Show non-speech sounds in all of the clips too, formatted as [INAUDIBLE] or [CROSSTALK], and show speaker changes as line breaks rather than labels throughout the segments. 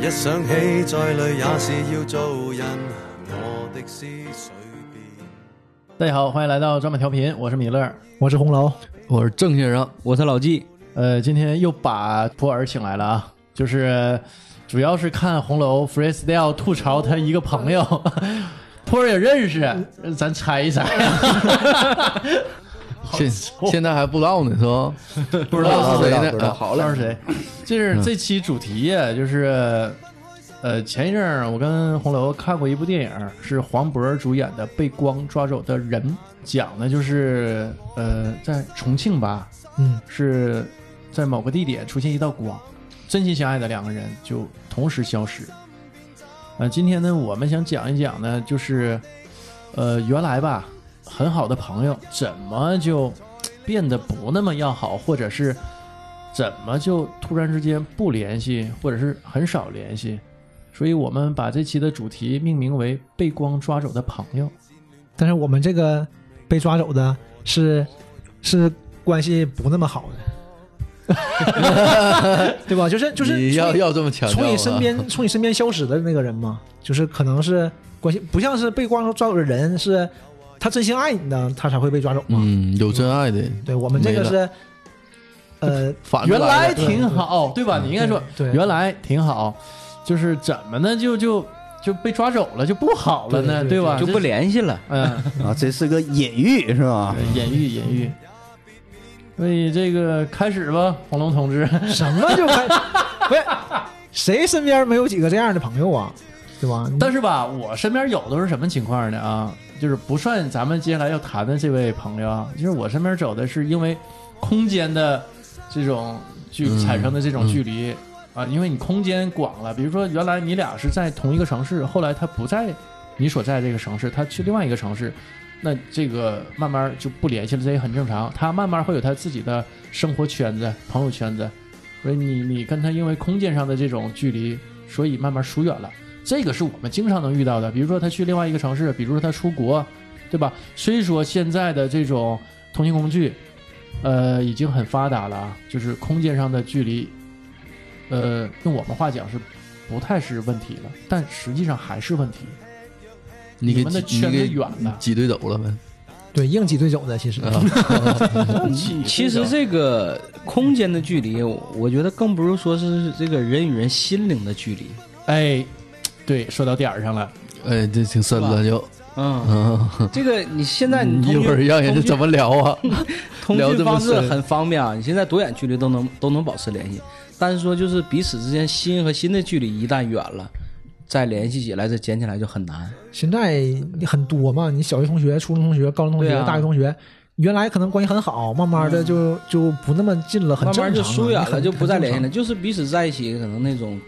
一想起再累也是要做人，我的思緒變。
大家好，欢迎来到专门调频，我是米勒。
我是红楼，
我是郑先生，我是老纪。
呃，今天又把普洱请来了啊，就是主要是看红楼 freestyle 吐槽他一个朋友，普洱也认识，咱猜一猜，
现现在还不知道呢，是
[LAUGHS]
吧？
不知
道
道
是谁呢
不知道
啊好嘞
不知道是谁？就是这期主题啊就是。呃，前一阵儿我跟红楼看过一部电影，是黄渤主演的《被光抓走的人》，讲的就是呃，在重庆吧，
嗯，
是在某个地点出现一道光，真心相爱的两个人就同时消失。呃，今天呢，我们想讲一讲呢，就是呃，原来吧，很好的朋友怎么就变得不那么要好，或者是怎么就突然之间不联系，或者是很少联系。所以我们把这期的主题命名为“被光抓走的朋友
但是我们这个被抓走的是是关系不那么好的， [LAUGHS] 对吧？就是就是
你
从
要
你
要这么强调
从
啊
你身，边从你身边消失的那个人嘛，就是可能是关系不像是被光抓走的人，是他真心爱你的，他才会被抓走嘛。
嗯，有真爱的，
对我们这个
没
是，呃，”，
反着
原来
的
挺好，对吧？你应该说
对对
原来挺好，就是怎么呢？就就就被抓走了，就不好了呢，
对对
吧？
就不
这
联系了
嗯，
啊，这是个隐喻是吧？
隐喻隐喻。所以这个开始吧，红龙同志。
呃什么就开 [LAUGHS] 不是谁身边没有几个这样的朋友啊，对吧？
但是吧，我身边有的是什么情况呢？啊，就是不算咱们接下来要谈的这位朋友啊，就是我身边走的是因为空间的这种距
嗯
产生的这种
嗯
距离、啊，因为你空间广了，比如说原来你俩是在同一个城市，后来他不在你所在这个城市，他去另外一个城市。那这个慢慢就不联系了，这也很正常。他慢慢会有他自己的生活圈子、朋友圈子，所以你你跟他因为空间上的这种距离，所以慢慢疏远了。这个是我们经常能遇到的。比如说他去另外一个城市，比如说他出国，对吧？虽说现在的这种通信工具，呃，已经很发达了啊，就是空间上的距离，呃，用我们话讲是不太是问题了，但实际上还是问题。
你
你
给
们的
挤
圈子
你给
远了，
挤兑走了呗。
对应急对手的其实，
啊
嗯
其实这个空间的距离，我我觉得更不是说是这个人与人心灵的距离。
哎，对，说到点儿上了。
哎，这挺深了就，
嗯，
嗯，
这个你现在你通
一
讯
会儿让人家怎么聊
[LAUGHS]
啊？
通
聊
讯
这么
方式
深
很方便啊，你现在多远距离都能都能保持联系，但是说就是彼此之间心和心的距离一旦远了，再联系起来再捡起来就很难。
现在很多嘛，你小学同学、初中同学、高中同学、
对啊嗯
大学同学，原来可能关系很好，慢慢的就、就不那么近了，很
慢
正
慢
常
就
啊
疏远
很
了，就不再联系了。
很正
就是彼此在一起，可能那种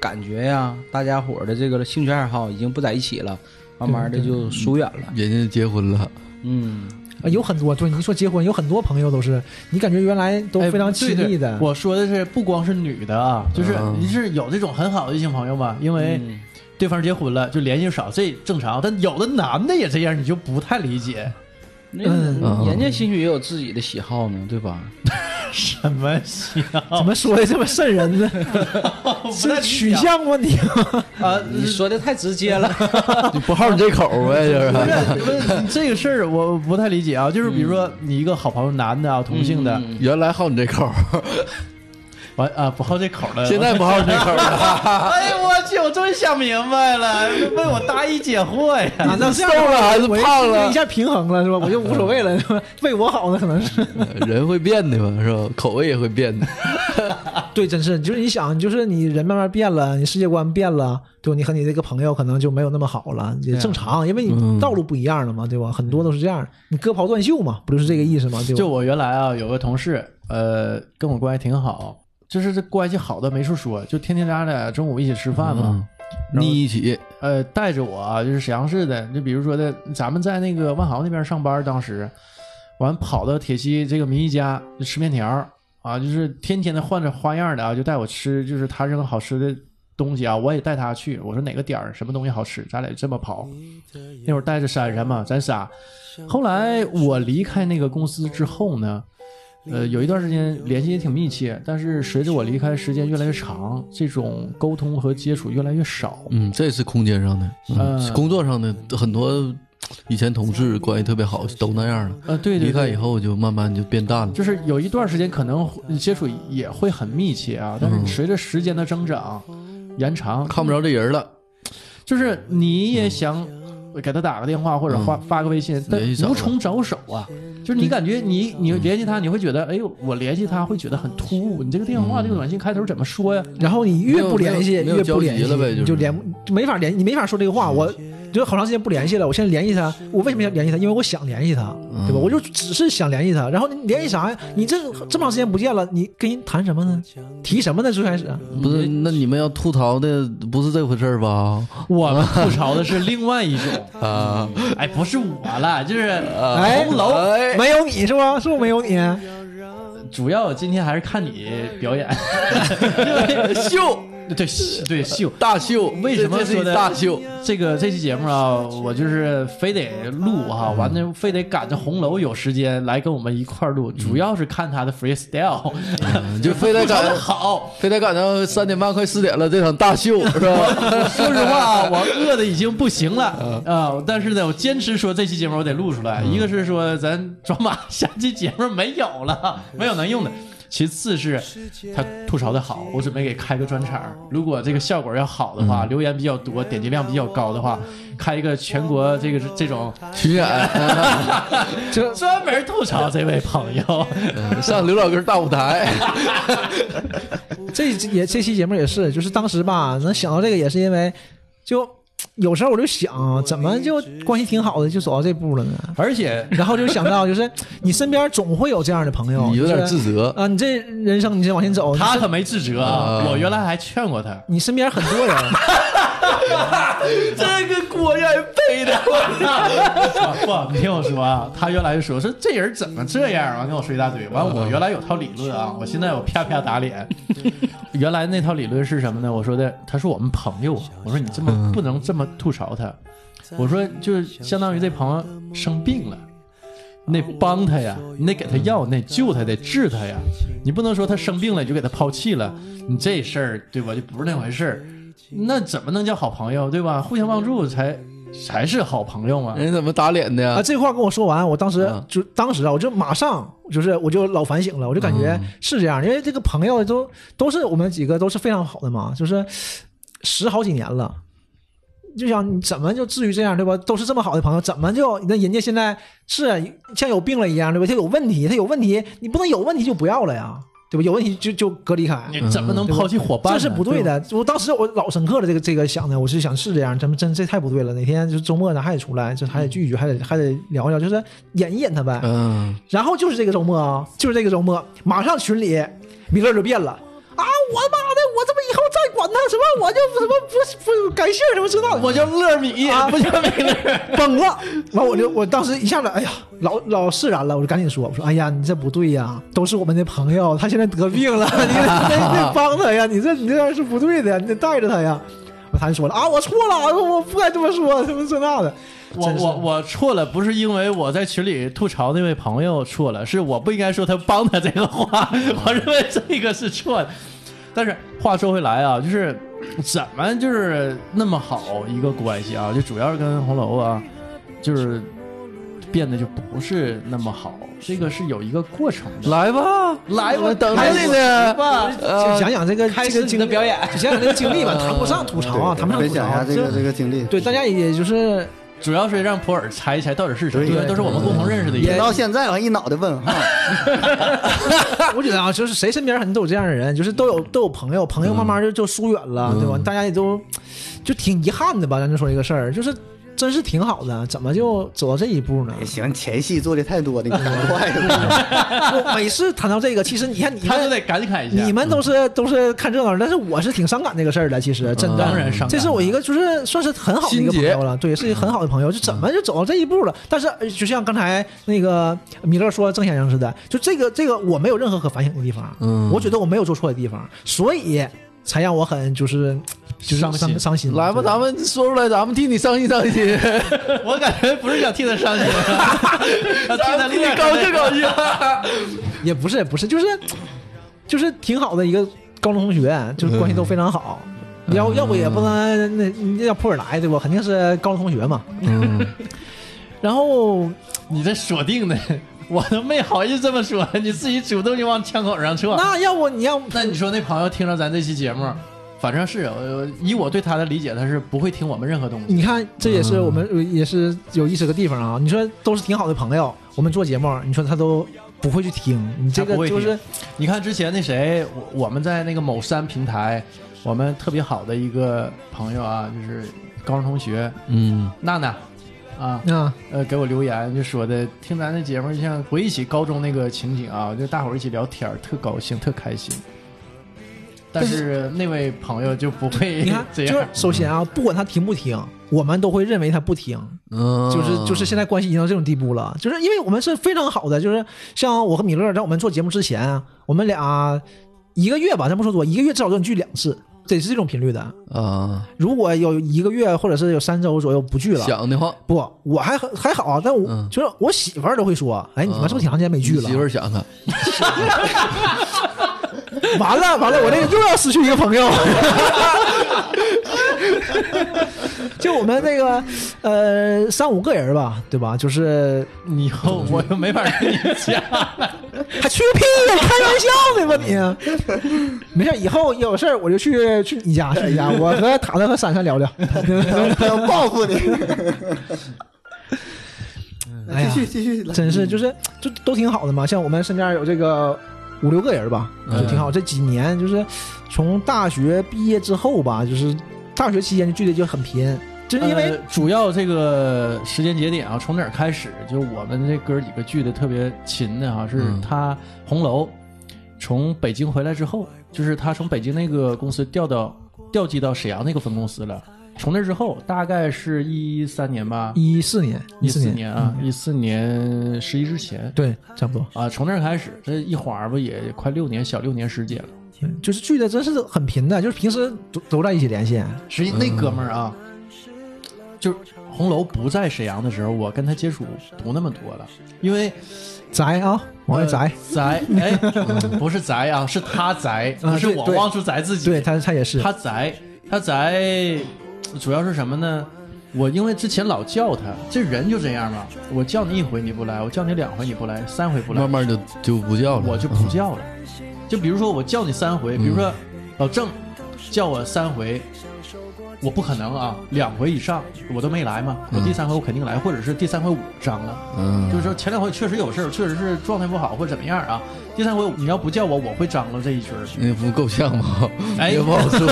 感觉呀，大家伙儿的这个兴趣爱好已经不在一起了，慢慢的就疏远了。
人家结婚了，
嗯，
常啊有很多，对你一说结婚，有很多朋友都是，你感觉原来都非常亲密的，
哎对对我说的是不光是女的啊，就是
嗯
你是有这种很好的异性朋友嘛，因为
嗯
对方结婚了就联系少，这正常。但有的男的也这样，你就不太理
[LAUGHS]
解
那
嗯
人家兴许也有自己的喜好呢，对吧？
什么喜好
怎，么说的这么瘆
[LAUGHS]
人呢？ [LAUGHS]
不太
是
理
取
解
向问题，
啊。
嗯
你说的太直接了。
你不好你这口
[LAUGHS]
呗，就是
不。是不是这个事儿，我不太理解啊。就是比如
嗯
说，你一个好朋友，男的啊，同性的，
嗯
原来好你这
[LAUGHS]
口，
完啊不好这口了。
现在啊不好你这
[LAUGHS]
口了，
哎我去，我终于想明白了，为我答疑解惑
[LAUGHS]
呀。
难道
瘦了还是胖
我一
了？
下平衡了是吧？我就无所谓了， [LAUGHS] 是吧为我好呢，可能是
[LAUGHS] 人会变的嘛，是吧？口味也会变的。
对，真是就是你想，就是你人慢慢变了，你世界观变了，对吧？你和你这个朋友可能就没有那么好了，也正常，因为
嗯
你道路不一样了嘛，对吧？很多都是这样，你割袍断袖嘛，不就是这个意思嘛，对吧？
就我原来啊，有个同事，呃，跟我关系挺好，就是这关系好的没处说，就天天咱俩中午一起吃饭嘛。然后
嗯腻一起，
呃，带着我啊，就是沈阳市的，就比如说的，咱们在那个万豪那边上班，当时完跑到铁西这个民一家就吃面条儿啊，就是天天的换着花样的啊，就带我吃，就是他扔好吃的东西啊，我也带他去。我说哪个点儿什么东西好吃，咱俩就这么跑。那会儿带着珊珊嘛，咱仨。后来我离开那个公司之后呢，呃，有一段时间联系也挺密切，但是随着我离开时间越来越长，这种沟通和接触越来越少。
嗯，这是空间上的，嗯
呃，
工作上的很多以前同事关系特别好，都那样了。
呃，对对嗯
离开以
对，
后就慢慢就变淡了。
就是有一段时间可能会接触也会很密切啊，但是
嗯
随着时间的增长、延长，
看不着这人了，
就是你也想给他打个电话或者
嗯
发发个微信，但
联系上了
无从着手啊。就是你感觉你你
嗯
联系他，你会觉得，哎呦，我联系他会觉得很突兀。你这个电话这个短信开头怎么说
嗯
呀？
然后你越不联系，
没有没有
越不联系
交集了呗
你
就是
联就没法联，你没法说这个话。我就是好长时间不联系了，我现在联系他，我为什么要联系他？因为我想联系他，
嗯
对吧？我就只是想联系他。然后你联系啥呀？你这这么长时间不见了，你跟人谈什么呢？提什么呢？最开始
嗯
不是？那你们要吐槽的不是这回事儿吧？
我们吐槽的是另外一种，
[LAUGHS] 啊，
哎，不是我了，就是
呃
哎
红楼。
哎
没有你是吧？是不是没有你？
主要今天还是看你表
[LAUGHS]
演， [LAUGHS] 因为秀，对对秀。
大秀，
为什么
这这是
说
一
的
大秀？
这个这期节目啊，我就是非得录哈、完了非得赶着红楼有时间来跟我们一块儿录，主要是看他的 freestyle，
嗯就非得
唱的 [LAUGHS]
赶，
好。
非得赶上三点半快四点了，这场大秀是吧？
[LAUGHS] 说实话，我饿的已经不行了啊、但是呢，我坚持说这期节目我得录出来。一个是说咱抓马下期节目没有了，没有能用的；其次是他吐槽的好，我准备给开个专场。如果这个效果要好的话，留言比较多，点击量比较高的话，开一个全国这个这种
巡演，
专门吐槽这位朋友。
嗯上刘老根大舞台，
这也这期节目也是，就是当时吧，能想到这个也是因为，就有时候我就想，怎么就关系挺好的，就走到这步了呢？
而且
然后就想到，就是你身边总会有这样的朋友，
哦
你有点
就是
自责。
啊，你这人生你再往前走，
他可没自责啊，
啊
我原来还劝过他。
你身边很多人，
这个锅让人背的。 [LAUGHS] 不，你听我说啊，他原来就说说这人怎么这样啊，跟我说一大堆。完，我原来有套理论啊，我现在我啪啪打脸。原来那套理论是什么呢？我说的，他是我们朋友啊。我说你这么不能这么吐槽他。我说就是相当于这朋友生病了。
哦
你得帮他呀，你得给他药，你得救他，得治他呀。
嗯
你不能说他生病了你就给他抛弃了，你这事儿对吧？就不是那回事儿。那怎么能叫好朋友对吧？互相帮助才才是好朋友嘛。
人怎么打脸的
啊，
呀？
这话跟我说完，我当时
嗯
就当时啊，我就马上就是我就老反省了，我就感觉是这样，因为这个朋友都都是我们几个都是非常好的嘛，就是十好几年了。就想你怎么就至于这样对吧？都是这么好的朋友，怎么就那人家现在是像有病了一样对吧？他有问题，他有问题，你不能有问题就不要了呀，对吧？有问题就就隔离开。
你怎么能抛弃伙伴
这
呢？
是不对
吧。
的。我当时我老深刻了，这个这个想的，我是想是这样，咱们真这太不对了。哪天就周末咱还得出来，这还得聚一聚，还得还得聊聊，就是演一演他呗。
嗯，
然后就是这个周末啊，就是这个周末，马上群里米勒就变了。啊！我妈的！我这么以后再管他什么，我就什么不不改姓什么知道？
我叫乐米，[LAUGHS]
啊
不叫米勒。
崩了。完，我就我当时一下子，哎呀，老老释然了，我就赶紧说，我说，哎呀，你这不对呀，都是我们的朋友，他现在得
[LAUGHS]
病了，你得你得帮他呀，你这你这样是不对的呀，你得带着他呀。他就说了啊，我错了，我不该这么说，什么这那的。
我
真是
我我错了，不是因为我在群里吐槽那位朋友错了，是我不应该说他帮他这个 [LAUGHS] 话，我认为这个是错的。但是话说回来啊，就是怎么就是那么好一个关系啊，就主要是跟红楼啊，就是变得就不是那么好，这个是有一个过程的。
来吧，
来吧，
等着你
来
呢。
吧。
就想想这个
呃开
这
始
个
你
经
的表演，
想想这个经
[LAUGHS]
历吧，谈不上吐槽啊，
对
谈不上
分
吐
享一下
槽。
这个这
这
个经历。
对大家也就是
主要是让普洱猜一猜到底是什么，
对
因为都是我们共同认识的
听
人。
到现在我还一脑袋问号，
我觉得啊，就是谁身边很都有这样的人，就是都
嗯
有都有朋友，朋友慢慢就就疏远了，对吧？大家也都就挺遗憾的吧。咱就说这个事儿，就是真是挺好的，怎么就走到这一步呢
哎
也？行，前戏做的太多了，你赶快吧。
我每次谈到这个，其实你看你
他就
们
得感慨一下。嗯
你们都是都是看热闹，但是我是挺伤感这个事儿的，其实真的。
当然伤感啊
这是我一个就是算是很好的一个朋友了，对，是一个很好的朋友，就怎么就走到这一步
嗯
了？但是呃就像刚才那个米勒说郑先生似的，就这个这个我没有任何可反省的地方，啊
嗯
我觉得我没有做错的地方，所以才让我很就是就是
伤
伤
心
伤心。
[LAUGHS] 来吧，
对
咱们说出来，咱们替你伤心伤
[LAUGHS]
心，
[LAUGHS] 我感觉不是想替他伤心，要替
咱
他
们替
乐
你
呵
高兴高兴。
也不是不是，就是就是挺好的一个高中同学，就是关系都非常好。
嗯
要要不也不能那那叫普洱来对吧？肯定是高中同学嘛。
嗯，
然后
你这锁定的， [LAUGHS] 我都没好意思这么说， [LAUGHS] 你自己主动就往枪口上撤。
那要不你要
那你说那朋友听着咱这期节目，反正是呃以我对他的理解，他是不会听我们任何东西。
你看，这也是我们、也是有意思的地方啊！你说都是挺好的朋友，我们做节目，你说他都不会去听，你这
他
个
不会
就是
你看之前那谁，我我们在那个某山平台，我们特别好的一个朋友啊，就是高中同学
嗯，
娜娜啊，
啊，
呃，给我留言就说的，听咱这节目就像回忆起高中那个情景啊，就大伙儿一起聊天儿，特高兴，特开心。但是那位朋友就不会 [LAUGHS]
你看，
这
就是
样，
首先啊，不管他听不听，我们都会认为他不听，
嗯
就是就是现在关系已经到这种地步了，就是因为我们是非常好的，就是像我和米勒在我们做节目之前啊，我们俩一个月吧，咱不说多，一个月至少都能聚两次，得是这种频率的。
啊，
如果有一个月或者是有三周左右不聚了，
想的话，
不，我还还好啊，但我、
嗯
就是我媳妇儿都会说，哎，你们是不是挺长时间没聚
你
了？
媳妇儿想他，
完了完了，我这个又要失去一个朋友。 [LAUGHS] 就我们那个呃三五个人吧，对吧？就是
你以后我又没法跟你 [LAUGHS] 讲。
还去个屁呀！开玩笑呢吧你？ [LAUGHS] 没事，以后有事儿我就去去你家去 [LAUGHS] 你家，我和塔塔和珊珊聊聊。
他要报复你。
[LAUGHS] [LAUGHS] 哎呀
继续继续，
[LAUGHS]
来
真是就是就都挺好的嘛。像我们身边有这个五六个人吧，就挺好。这几年就是从大学毕业之后吧，就是大学期间就聚的就很频，就是因为、
呃主要这个时间节点啊，从哪儿开始？就我们这哥几个聚的特别勤的哈、是
嗯
他红楼从北京回来之后，就是他从北京那个公司调到调剂到沈阳那个分公司了。从那之后，大概是一三年吧，
一四年，
一
四
四
年嗯
年啊，一四年十一之前
对，差不多，
啊，从那儿开始，这一晃儿不也快六年，小六年时间了。
嗯就是聚的真是很频的，就是平时都都在一起联系。
实际那
嗯
哥们儿啊，就是红楼不在沈阳的时候，我跟他接触不那么多了，因为
宅啊，往外宅， [LAUGHS]
宅哎，不是宅啊，是他宅，
嗯啊
不是
对
我
对
忘出宅自己，
对他他也是，
他宅，他宅主要是什么呢？我因为之前老叫他，这人就这样嘛，我叫你一回你不来，我叫你两回你不来，三回不来，
慢慢就就不叫了，
我就不叫了。就比如说我叫你三回，比如说老郑叫我三回，我不可能啊，两回以上我都没来嘛，我第三回我肯定来，或者是第三回我张了，
嗯，
就是说前两回确实有事儿，确实是状态不好或者怎么样啊，第三回你要不叫我，我会张罗这一群儿。
那嗯不够呛吗？
[LAUGHS]
哎
也不好说，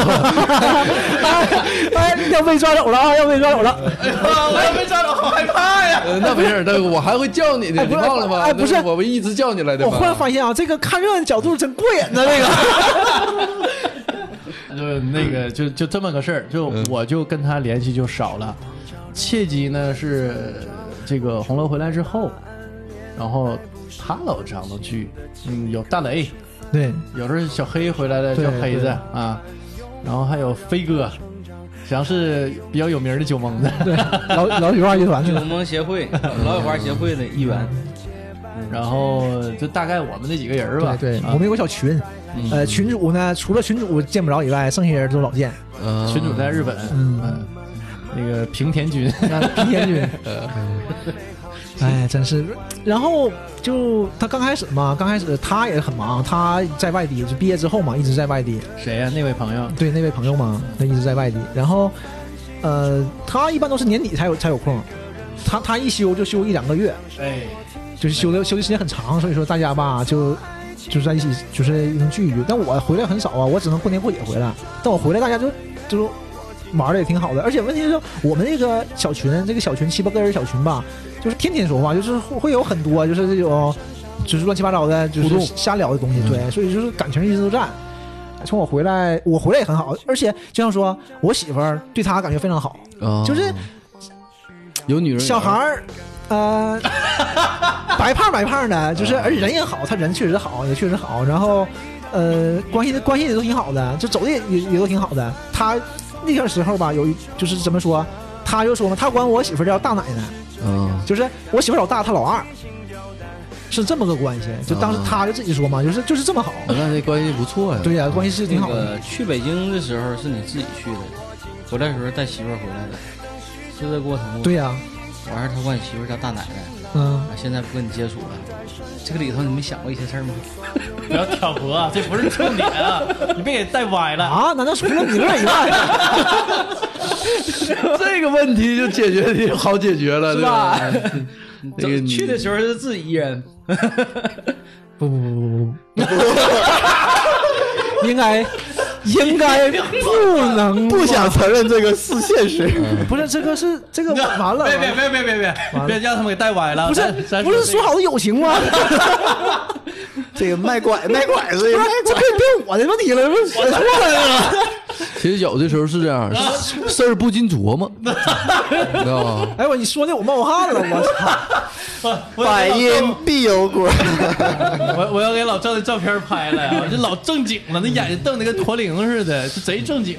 [LAUGHS] 哎，要被抓走了啊，要被抓走了。
哦我要被抓着，好害怕呀！
呃那没事儿，那我还会叫你的，
哎
你
不是
忘了吗？
哎不是
那我们一直叫你来的
我
呃吧。
忽然发现啊，这个看热闹的角度真过瘾呢，这个。 [LAUGHS]
就那
嗯
个就就这么个事儿，就我就跟他联系就少了。切记呢是呃这个红楼回来之后，然后他老张罗去，嗯，有大雷，
对，
有时候小黑回来了
对
叫黑子
对
啊，然后还有飞哥，实际上是比较有名的酒蒙子，
老老九二集团去
九
了。
盟协会、老友花协会的一员，
然后就大概我们那几个人儿吧，
嗯对，
啊
我们有个小群，呃，群主呢，除了群主见不着以外，剩下人都老见。
嗯
群主在日本，
嗯
嗯，那个平田君，
皮天君，哎，真是。然后就他刚开始嘛，刚开始他也很忙，他在外地，就毕业之后嘛，一直在外地。
[LAUGHS] 谁呀、那位朋友，
对，那位朋友嘛，他一直在外地。然后，呃，他一般都是年底才有才有空，他他一休就休一两个月，
哎，
就是休的休的时间很长，所以说大家吧就。就是在一起，就是能聚一聚。但我回来很少啊，我只能过年过节回来。但我回来，大家就就玩的也挺好的。而且问题是，我们这个小群，这个小群七八个人小群吧，就是天天说话，就是会会有很多就是这种就是乱七八糟的，就
互
是
动
瞎聊的东西。对，所以就是感情一直都在。从我回来，我回来也很好，而且就像说，我媳妇儿对他感觉非常好，
啊
就是
有女人
小孩儿，呃，白胖白胖的，就是而且人也好，他人确实好，也确实好，然后呃，关系关系也都挺好的，就走的也也也都挺好的。他那个时候吧，有一就是怎么说，他就说嘛，他管我媳妇儿叫大奶奶，
嗯
就是我媳妇儿老大，他老二。是这么个关系。就
哦
当时他就自己说嘛，就是就是这么好。
那这关系不错呀。
对呀、关系是挺
那
好的。
个去北京的时候是你自己去的，回来的时候带媳妇儿回来的，是这过程吗？
对，呀、
完事儿他管你媳妇儿叫大奶奶，
嗯，
啊，现在不跟你接触了。这个里头你没想过一些事儿吗？
不要挑拨啊，这不是重点啊，你别给带歪了。
啊，难道除了你乐以外，
这个问题就解决的好解决了，对吧？ [LAUGHS] 那个
这去的时候是自己一人，
不不不不不不， [LAUGHS] 应该应该不
[LAUGHS]
能
不想承啊认这个是
[LAUGHS]
现实。
不是这个是这个完了，
别别别别别别，别让他们给带歪了。
不
咱
是不是说，好的友情 [LAUGHS] 吗？
这个卖拐卖拐
[LAUGHS]
子，
不是这变变我的问题了，不是我错了是吧？
其实有的时候是这样，事事儿不禁琢
[LAUGHS]
磨，你知道吗？
哎我你说的我冒汗了，我操！
咱我我
百因必有果。
我我要给老郑的照片拍了呀！这老正经了，那眼睛瞪得跟驼铃似的，这贼正经。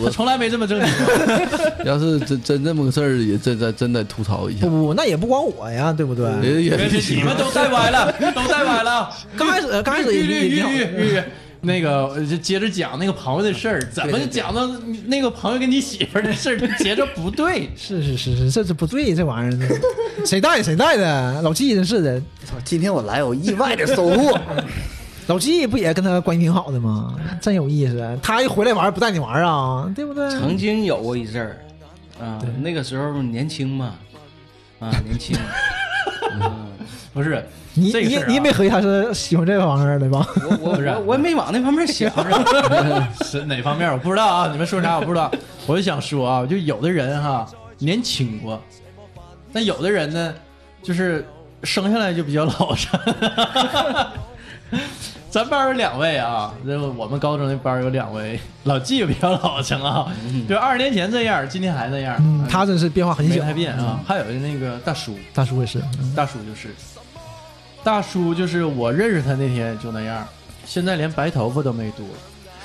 我从来没这么正经过。
要是真真这么个事儿，也真真真得吐槽一下
不。不，不，那也不光我呀，对不对？
也也
别别你们都带歪了，都带歪了。
刚开始刚开始
玉玉
也也
玉
挺好。
玉玉玉，那个呃就接着讲那个朋友的事儿，怎么讲到你那个朋友跟你媳妇儿的事儿，就接着不对
是是是是，这这不对，这玩意儿，谁带谁带的？老纪真是的，
操今天我来有意外的收获，
[LAUGHS] 老纪不也跟他关系挺好的吗？真有意思，他一回来玩儿不带你玩儿啊，对不对？
曾经有过一阵儿，啊，那个时候年轻嘛，啊，年轻，
不是
你
这个事
你也
儿啊
你也没合计他是喜欢这玩意儿的吧？
我我
不是
我我也没往那方面 [LAUGHS] 想，
是哪方面我不知道啊，你们说啥我不知道。我就想说啊，就有的人哈年轻过，但有的人呢，就是生下来就比较老实。咱班有两位啊，那我们高中那班有两位，老纪也比较老成啊，就二十年前这样，今天还那样，
嗯，他真是变化很
没
小，嗯
太变啊。还有那个大叔，
大叔也是，嗯
大叔就是，大叔就是我认识他那天就那样，现在连白头发都没多。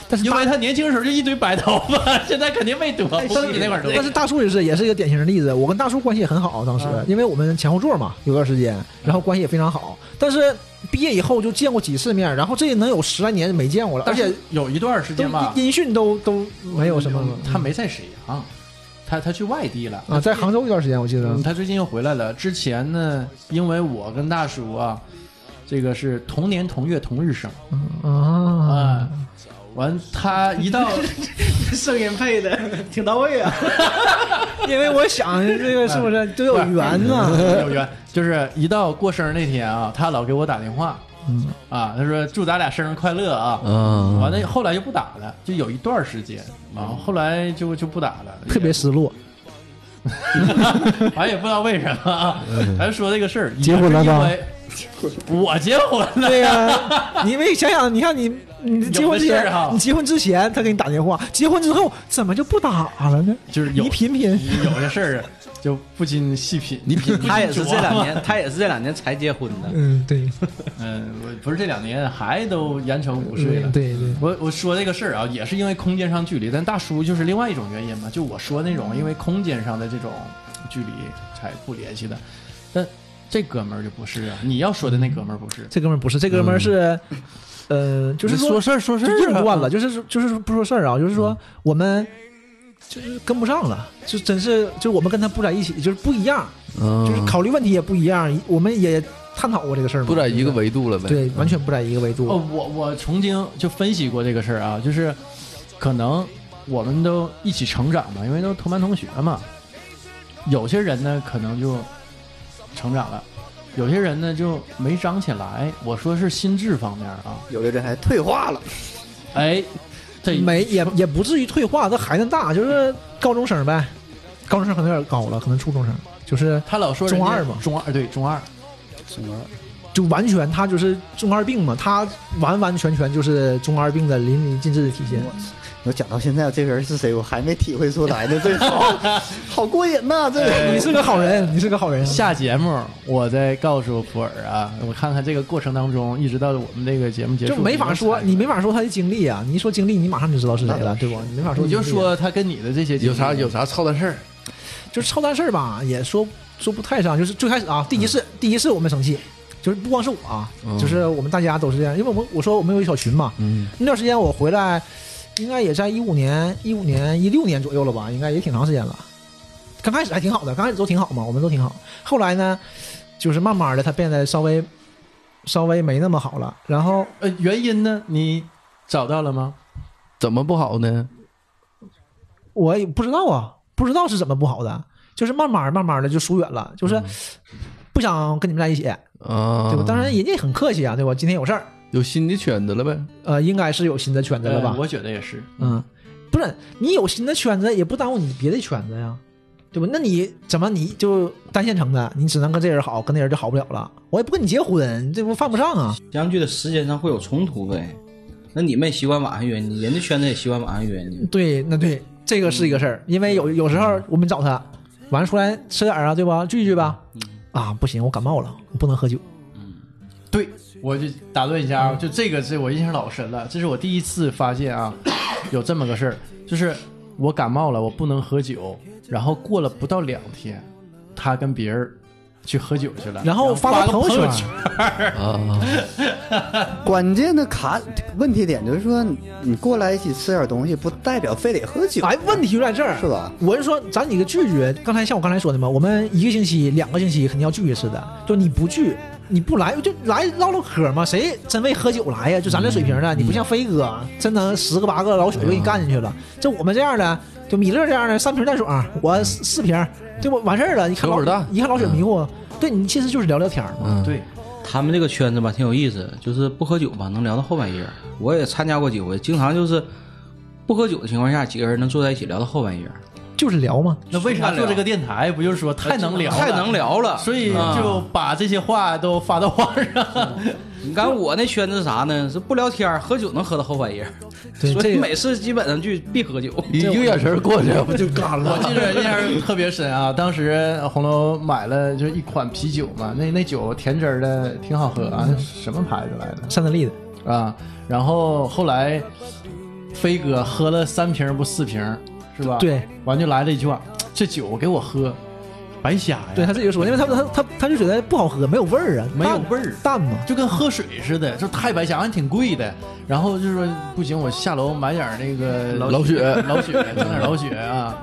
但是
因为
大
他年轻时候就一堆白头发，现在肯定没多，不比那会儿多。
但是大叔也是也是一个典型的例子。我跟大叔关系也很好，当时
嗯
因为我们前后座嘛，有段时间，然后关系也非常好。但是毕业以后就见过几次面，然后这能有十来年没见过了，而
而
且
且有一段时
都
间吧，
音讯都都没有嗯什么了。
他没在沈阳，他他去外地了
啊，在杭州一段时间，我记得
嗯，他最近又回来了。之前呢，因为我跟大叔啊，这个是同年同月同日生嗯
啊
啊。完，他一
[LAUGHS]
到
声音配的挺到位啊。
嗯
因为我想这个是不
哎
是都有缘呢？
有缘，就是一到过生日那天啊，他老给我打电话
嗯
啊，他说祝咱俩生日快乐啊。
啊，
完了，后来就不打了，就有一段时间，然后后来就就不打了，
特别失落，
[LAUGHS] 完也不知道为什么啊。咱说这个事儿，
嗯结婚了吗
也是因为我结婚了，
[LAUGHS] 对呀，你没想想，你看你你结婚之
有的事儿哈
前，你结婚之前他给你打电话，结婚之后怎么就不打了呢？
就是有
你品品，
有些事儿啊就不禁细品。你品，
他也是这两，年，他也是这两年才结婚的。
嗯，对，
嗯，我不是这两年，孩子都严惩五岁了。
嗯对对
我我说这个事儿啊，也是因为空间上距离，但大叔就是另外一种原因嘛，就我说那种因为空间上的这种距离才不联系的，但这哥们儿就不是啊，你要说的那哥们儿不是。
这哥们儿不是，这哥们儿是，呃，就是
嗯说事儿说事
就
儿啊嗯
硬惯了，就是说就是不说事儿啊，就是说我们就是跟不上了，就真是就我们跟他不在一起，就是不一样。
嗯
就是考虑问题也不一样，我们也探讨过这个事儿嘛，
不在一个
对吧
维度了呗。
对，完全不在一个维度。
哦，我我曾经就分析过这个事儿啊，就是可能我们都一起成长嘛，因为都同班同学嘛。有些人呢，可能就成长了；有些人呢，就没长起来。我说是心智方面啊，
有的人还退化了，
哎，这
没也也不至于退化，这孩子大就是高中生呗，高中生可能有点高了，可能初中生就是
他老说人家
中二嘛
中二对中二，
就完全他就是中二病嘛，他完完全全就是中二病的淋漓尽致的体现。
我讲到现在，这个人是谁，我还没体会出来呢。这好好过瘾呐、这个
你是个好人，你是个好人。
下节目我再告诉普洱啊，我看看这个过程当中，一直到我们这个节目结束，
就没法说，你没法说他的经历啊！你一说经历，你马上就知道是谁了，对吧？你没法说
你
经历啊，
就说他跟你的这些
有啥有
啥
啥操蛋事儿？
就是操蛋事儿吧，也说说不太上。就是最开始啊，第一次，第一次我们生气，就是不光是我啊，就是我们大家都是这样，因为我们我说我们有一小群嘛，
嗯，
那段时间我回来，应该也在一五年、一五年、一六年左右了吧，应该也挺长时间了。刚开始还挺好的，刚开始都挺好嘛，我们都挺好。后来呢，就是慢慢的他变得稍微稍微没那么好了，然后
呃，原因呢？你找到了吗？
怎么不好呢？
我也不知道啊，不知道是怎么不好的，就是慢慢慢慢的就疏远了，就是不想跟你们在一起，
啊，
对吧？当然人家也很客气啊，对吧？今天有事儿，
有新的圈子了呗。
呃，应该是有新的圈子了吧
呃？我觉得也是。
嗯，不是你有新的圈子，也不耽误你别的圈子呀，对吧？那你怎么你就单线程的，你只能跟这人好，跟那人就好不了了。我也不跟你结婚，这不犯不上啊。
相聚的时间上会有冲突呗。那你们也习惯晚上约你，人家圈子也习惯晚上约你。
对，那对，这个是一个事儿，因为有有时候我们找他，完出来吃点儿啊，对吧？聚一聚吧。啊，不行，我感冒了，我不能喝酒。
对，我就打断一下啊，就这个是我印象老深了，这是我第一次发现 [COUGHS] 啊，有这么个事儿，就是我感冒了，我不能喝酒，然后过了不到两天，他跟别人去喝酒去了，
然后发
发
到朋友圈
友
儿，
啊，
关键的卡问题点就是说，你过来一起吃点东西，不代表非得喝酒，
哎，问题就在这儿，
是吧？
我是说，咱几个拒绝，刚才像我刚才说的嘛，我们一个星期、两个星期肯定要聚一次的。就你不聚，你不来就来唠唠嗑嘛，谁真为喝酒来呀？就咱这水平的，你不像飞哥，真能十个八个老许就给你干进去了。就我们这样的，就米勒这样的，三瓶淡水，我四四瓶，对不？完事儿了。你看
扯会儿
老
淡，
一看老雪迷糊，对你其实就是聊聊天儿嘛。
嗯，
对，
他们这个圈子吧，挺有意思，就是不喝酒吧，能聊到后半夜。我也参加过几回，经常就是不喝酒的情况下，几个人能坐在一起聊到后半夜，
就是聊嘛。
那为啥做这个电台？不就是说太能聊，嗯
太能，聊了。嗯
所以就把这些话都发到网 [LAUGHS] 上。
你看我那圈子是啥呢？是不聊天，喝酒能喝到后半夜，
对，
所
这
以
个
每次基本上就必喝酒。
一一个眼神过去不就干
我
了？
[LAUGHS] 记得印象特别深啊，当时红楼买了就是一款啤酒嘛，那那酒甜汁儿的，挺好喝
嗯
啊，什么牌子来着？
[LAUGHS] 三得利的，
啊，然后后来飞哥喝了三瓶儿不四瓶儿是吧？
对，
完就来了一句话：“这酒给我喝，白瞎呀！”
对他自己就说，因为他他他他就觉得不好喝，没有味儿啊，
没有
淡
味儿
淡嘛。
就跟喝水似的，就太白瞎，还挺贵的。然后就说不行，我下楼买点儿那个
老雪
老雪，整点儿老雪啊。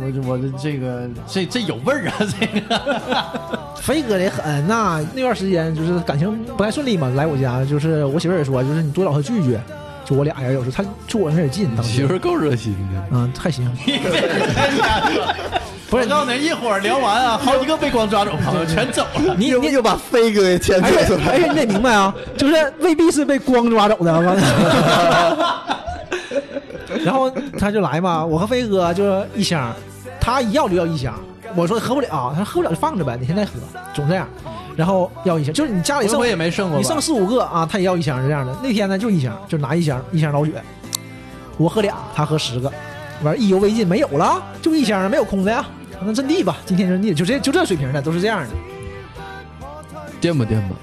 我就我就这个这这有味儿啊，这个
飞哥也狠呐、那段时间就是感情不太顺利嘛，来我家就是我媳妇儿也说，就是你多找他聚聚，就我俩人有时候他住我那儿也近，当
媳
时
妇儿够热心的，
啊还行，
不是，告诉你，一会儿聊完啊，好几个被光抓走朋友全走了。
你
又
你
又 [LAUGHS] 把飞哥也牵
而
哎
扯出
且
来
而且你得明白啊，就是未必是被光抓走的，完了 [LAUGHS] 然后他就来嘛，我和飞哥就是一箱，他一要就要一箱，我说喝不了，他说喝不了就放着呗，哪天再喝，总这样，然后要一箱，就是你家里
回
剩
回也没剩过吧，
你剩四五个啊，他也要一箱是这样的。那天呢，就一箱，就拿一箱一箱老雪，我喝俩，他喝十个，完意犹未尽，没有了，就一箱没有空的呀。那阵地吧，今天阵地就这就这水平的，都是这样的。
嗯
垫吧垫吧，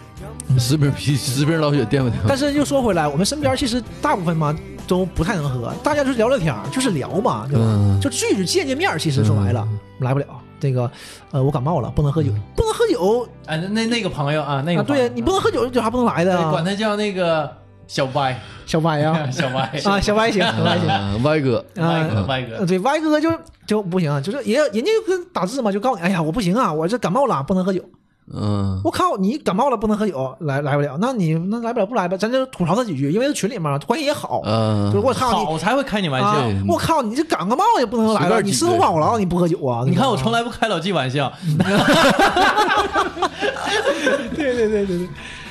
嗯
十瓶啤，十瓶老雪垫吧垫吧
但。是又说回来，我们身边其实大部分嘛都不太能喝，大家就是聊聊天儿，就是聊嘛，对吧？
嗯
就聚聚见见面儿，其实说白了、
嗯
来不了。这个，呃，我感冒了，不能喝酒，不能喝酒
哎，那那那个朋友嗯啊，那个
啊！
朋友
对你不能喝酒，酒还不能来的
对
啊
管。他叫那个小歪，，
[LAUGHS] 小歪呀
[LAUGHS] 小歪
啊，小
[LAUGHS]
歪行，小歪行。
啊，歪哥，
歪
啊
哥，歪哥
呃，，对，歪哥就就不行，啊就是也人家就跟打字嘛，就告诉你，哎呀，我不行啊，我这感冒了，不能喝酒。
嗯，
我靠，你感冒了不能喝酒，来来不了，那你那来不了不来吧，咱就吐槽他几句，因为群里嘛关系也好，就是
嗯，
我靠你
好才会开你玩
啊
笑。
对，
我靠你这感个冒也不能来
随
了，
便
你
几
吃
句
不饱了你不喝酒啊？
你看我从
从来。
来不开老纪玩笑，
[LAUGHS] 对对对对对。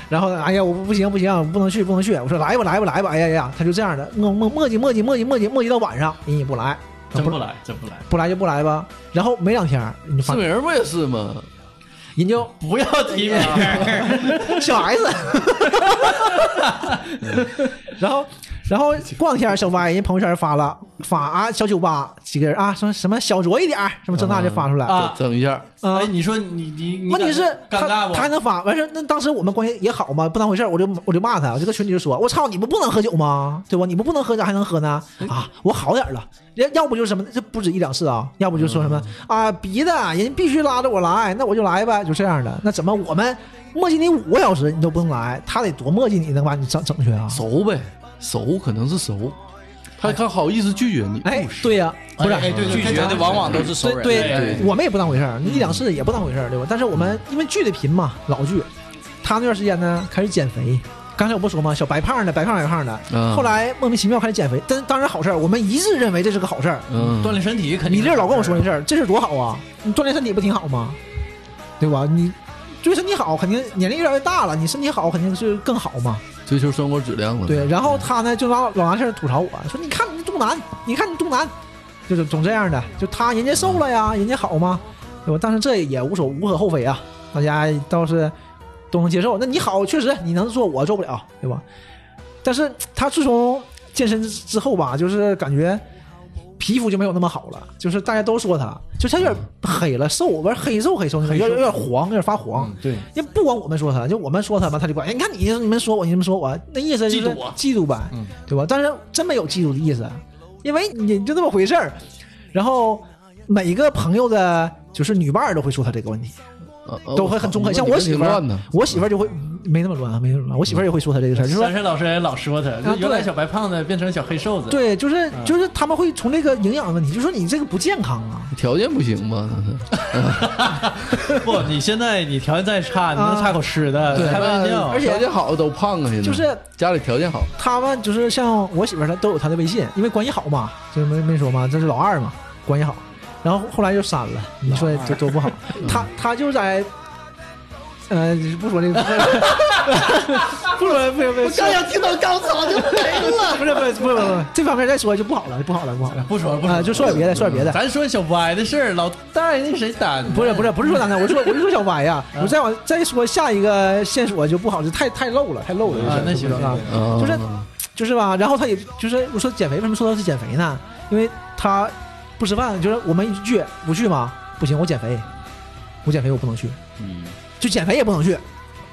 然后呢，哎呀，我不行不行，不能去不能去。我说来吧来吧来吧，哎呀呀，他就这样的磨磨磨叽磨叽磨叽磨叽磨叽到晚上，人也不来，
真
不
不来，真不来，
不来就不来吧。然后没两天儿，你就发
四明不也是吗？
人就
不要提名
[LAUGHS] 啊
儿。
小 [LAUGHS] S，然后然后逛一下小歪，人家朋友圈发了发啊小酒吧几个人啊说什么小酌一点儿什么这那就发出来
啊
整一下，
啊
哎，你说你你你
问题
感
是
尴
他
尬不？
他还能发完事儿，那当时我们关系也好嘛，不当回事儿，我就我就骂他，我就跟群里就说，我操，你们不能喝酒吗？对吧？你们不能喝，咋还能喝呢？
嗯
啊，我好点儿了，人要不就是什么，这不止一两次啊，要不就说什
嗯
么、啊，逼的，人家必须拉着我来，那我就来呗，就这样的。那怎么我们磨叽你五个小时，你都不能来，他得多磨叽你能把你整整去啊？
熟呗，熟可能是熟，他他好意思拒绝你，
哎，对呀、
不是，哎对对，
拒绝的往往都是熟
对
人。
对
对，
我们也不当回事儿，一两次也不当回事儿，对吧？但是我们因为聚的频嘛，老聚。他那段时间呢，开始减肥。刚才我不说吗？小白胖的，白胖白胖的。
嗯
后来莫名其妙开始减肥，但当然好事儿，我们一致认为这是个好事儿。
嗯，
锻炼身体肯定。
米粒儿老跟我说这事儿，这事儿多好啊！你锻炼身体不挺好吗？对吧？你对身体好，肯定年龄越来越大了，你身体好肯定是更好嘛。
追求生活质量了，
对，，然后他呢嗯就老老拿事儿吐槽我，说你看你肚腩，你看你肚腩，就是总这样的，就他人家瘦了呀，人家好吗？对吧？但是这也无所无可厚非啊，大家倒是都能接受。那你好，确实你能做，我做不了，对吧？但是他自从健身之后吧，就是感觉皮肤就没有那么好了，就是大家都说他，就他有点黑了，瘦，不是黑瘦嗯黑瘦，有点有点黄，有点发黄
嗯。对，
人不光我们说他，就我们说他嘛，他就管。哎，你看你，你们说我，你们说我，那意思就
嫉
是
妒我
嫉妒呗，
嗯
对吧？但是真没有嫉妒的意思，因为你就那么回事儿。然后每个朋友的，就是女伴儿都会说他这个问题，
呃呃
都会很中肯。像我媳妇
你
儿
乱呢，
我媳妇儿就会没那么乱啊，没那么乱。我媳妇儿也会说他这个事儿，就说
三山老师也老说他，就
啊
原来
对
小白胖子变成小黑瘦子。
对，就是就是他们会从这个营养问题，就说你这个不健康啊。
条件不行吧？
不，你现在你条件再差，你能
啊
差口吃的？呃开玩笑。
而且
条件好都胖啊，现在
就是
家里条件好，
他们就是像我媳妇儿，她都有她的微信，因为关系好嘛，就没没说嘛，这是老二嘛，关系好。然后后来就删了，你说这
[LAUGHS]
多不好。
嗯
他他就在，呃，不说这个， [LAUGHS] 不说了，不说不说，
刚想听到高潮就没
[LAUGHS]
了。
不是不是不是不是，这方面再说就不好了，不好了，不好了。
哎不说了，不说
啊，
了，
就说点别的，说点别的。
咱说小歪的事儿，老戴那谁担的？
不是不是不是说咱俩，我说我就说小歪呀，
嗯
我再往再说下一个线索就不好，就太太露了，太露了。
啊，那行
行啊，
啊
就是就是吧，然后他也就是我说减肥，为什么说他是减肥呢？因为他不吃饭，就是我们一聚不去嘛，不行，我减肥，我减肥我不能去，
嗯
就减肥也不能去。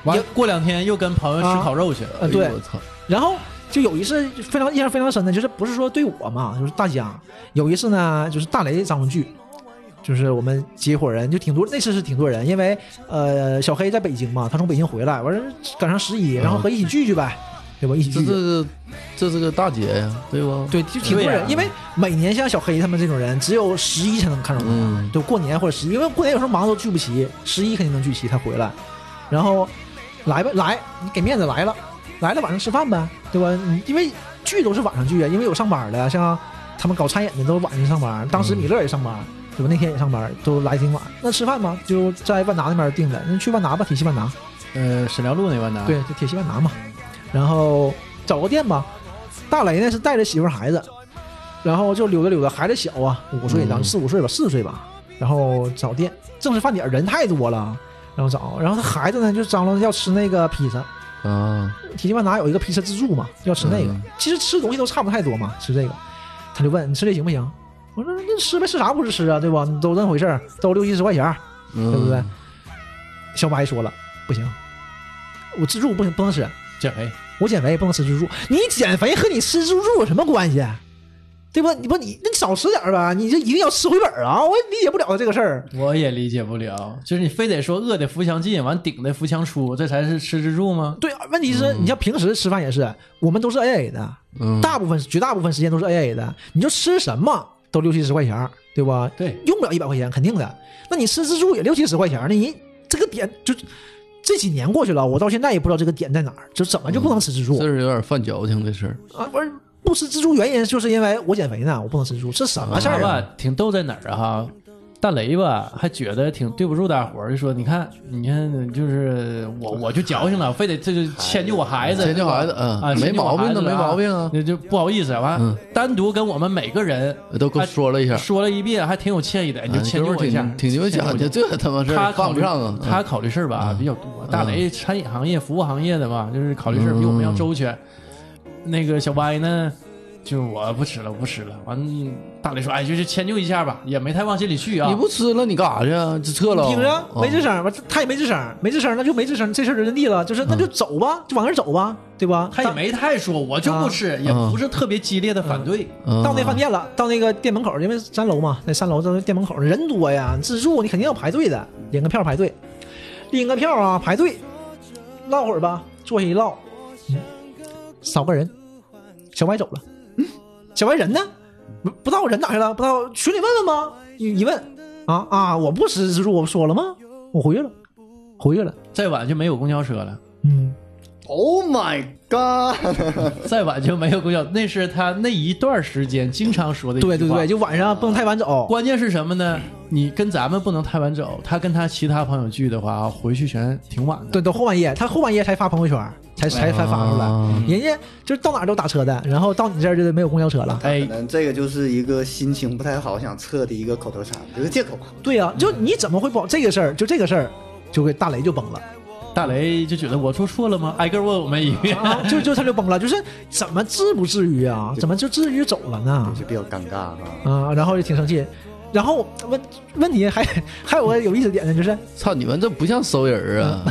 完过两天又跟朋友吃烤肉去了。
呃，对
哎呦，我操，
然后就有一次非常印象非常深的，就是不是说对我嘛，就是大家有一次呢，就是大雷张文聚，就是我们几伙人就挺多，那次是挺多人，因为呃小黑在北京嘛，他从北京回来，完事儿赶上十一，然后和一起聚聚呗，对吧？一起
嗯这
聚聚。
这个这是个大姐呀，对吧？
对，就挺多人，
对呀
因为每年像小黑他们这种人，只有十一才能看着他，
嗯
就过年或者十一，因为过年有时候忙都聚不齐，十一肯定能聚齐，他回来，然后来吧，来，你给面子来了，来了晚上吃饭呗，对吧？你因为聚都是晚上聚啊，因为有上班的，像他们搞餐饮的都晚上上班，当时米勒也上班。对吧？那天也上班，都来挺晚。那吃饭吧，就在万达那边定的。那去万达吧，铁西万达。
呃，沈辽路那边呢？
对，就铁西万达嘛。然后找个店吧。大雷呢是带着媳妇儿孩子，然后就溜达溜达，孩子小啊，五岁，当四五岁吧，四岁吧。然后找店，正式饭点儿人太多了，然后找，然后他孩子呢就张罗着要吃那个披萨，
嗯
啊，
铁西万达有一个披萨自助嘛，要吃那个。
嗯
其实吃东西都差不太多嘛，吃这个，他就问你吃这行不行？我说那吃呗，吃啥不是吃啊，对吧？你都那回事儿，都六七十块钱儿，
对
对不对？小白说了，不行，我自助不行，不能吃。
减肥。
我减肥也不能吃自助。你减肥和你吃自助有什么关系？啊对不？你不你那你少吃点儿呗，你这一定要吃回本儿啊！我也理解不了这个事儿。
我也理解不了，就是你非得说饿的腹腔进，完顶的腹腔出，这才是吃自助吗？
对，啊问题是，你像平时吃饭也是，我们都是 A A 的，
嗯，
大部分绝大部分时间都是 A A 的，你就吃什么都六七十块钱儿，对吧？
对，
用不了一百块钱，肯定的。那你吃自助也六七十块钱儿，那你这个点就这几年过去了，我到现在也不知道这个点在哪儿，就怎么就不能吃自助？
这是有点犯矫情的事儿，
啊，我不吃自助原因就是因为我减肥呢，我不能吃自助，这什么事
他
儿啊？
吧挺逗在哪儿啊哈？大雷吧还觉得挺对不住大伙儿，就说你看你看就是我我就矫情了，非得这就迁就我孩子，
迁就孩子嗯
啊，
没毛病
的
那没毛病啊
那就不好意思啊，完、
嗯
单独跟我们每个人
都跟我
哎
说了一下，
说了一遍，还挺有歉意的，你就
哎
迁就
哥们儿
我一下，
挺挺牛
迁就我
讲
一下
究，这他妈事
他
儿
考
犯
虑
不上啊，
他考虑事儿吧
嗯
哎
嗯
比较多。大雷餐饮行业、服务行业的吧，就是考虑事儿比我们要周全。那个小歪呢，就我不吃了，我不吃了。完，大磊说：“哎，就是迁就一下吧，也没太往心里去啊。”
你不吃了，你干啥去啊？就撤了。
听着
哦
没吱声，完他也没吱声，没吱声那就没吱声，这事儿就定了，就是那就走吧，就往那儿走吧，对吧？
他也没太说，我就不吃，也不是特别激烈的反对。
啊嗯
到那饭店了，到那个店门口，因为三楼嘛，那三楼到店门口人多呀，自助你肯定要排队的，领个票排队，领个票啊排队，唠会儿吧，坐下一唠，嗯少个人，小歪走了，嗯，小歪人呢？不不知道人哪去了？不知道群里问问吧，一一问啊啊，我不吃自助，我不说了吗？我回去了，回去了，
再晚就没有公交车了， [LAUGHS]
嗯，
Oh my
哎
god！
再晚就没有公交。那是他那一段时间经常说的一句话。
对对对，就晚
啊
上不能太晚走，
关键是什么呢？你跟咱们不能太晚走，他跟他其他朋友聚的话啊，回去全挺晚的。
对，都后半夜，他后半夜才发朋友圈，才
哎
才才发出来。
啊
嗯
人家就是到哪儿都打车的，然后到你这儿就没有公交车了。
哎
可，能这个就是一个心情不太好想撤的一个口头禅，就是借口吧。
对呀、就你怎么会不这个事儿？就这个事儿，就给大雷就崩了
大雷就觉得我做错了吗？挨个问我们一
[LAUGHS]
嗯
遍。
啊！就就他就崩了，就是怎么至不至于啊？怎么就至于走了呢？
就比较尴尬哈。
啊，然后就挺生气。然后问问题还还有个有意思点呢，就是
操，你们这不像熟人啊，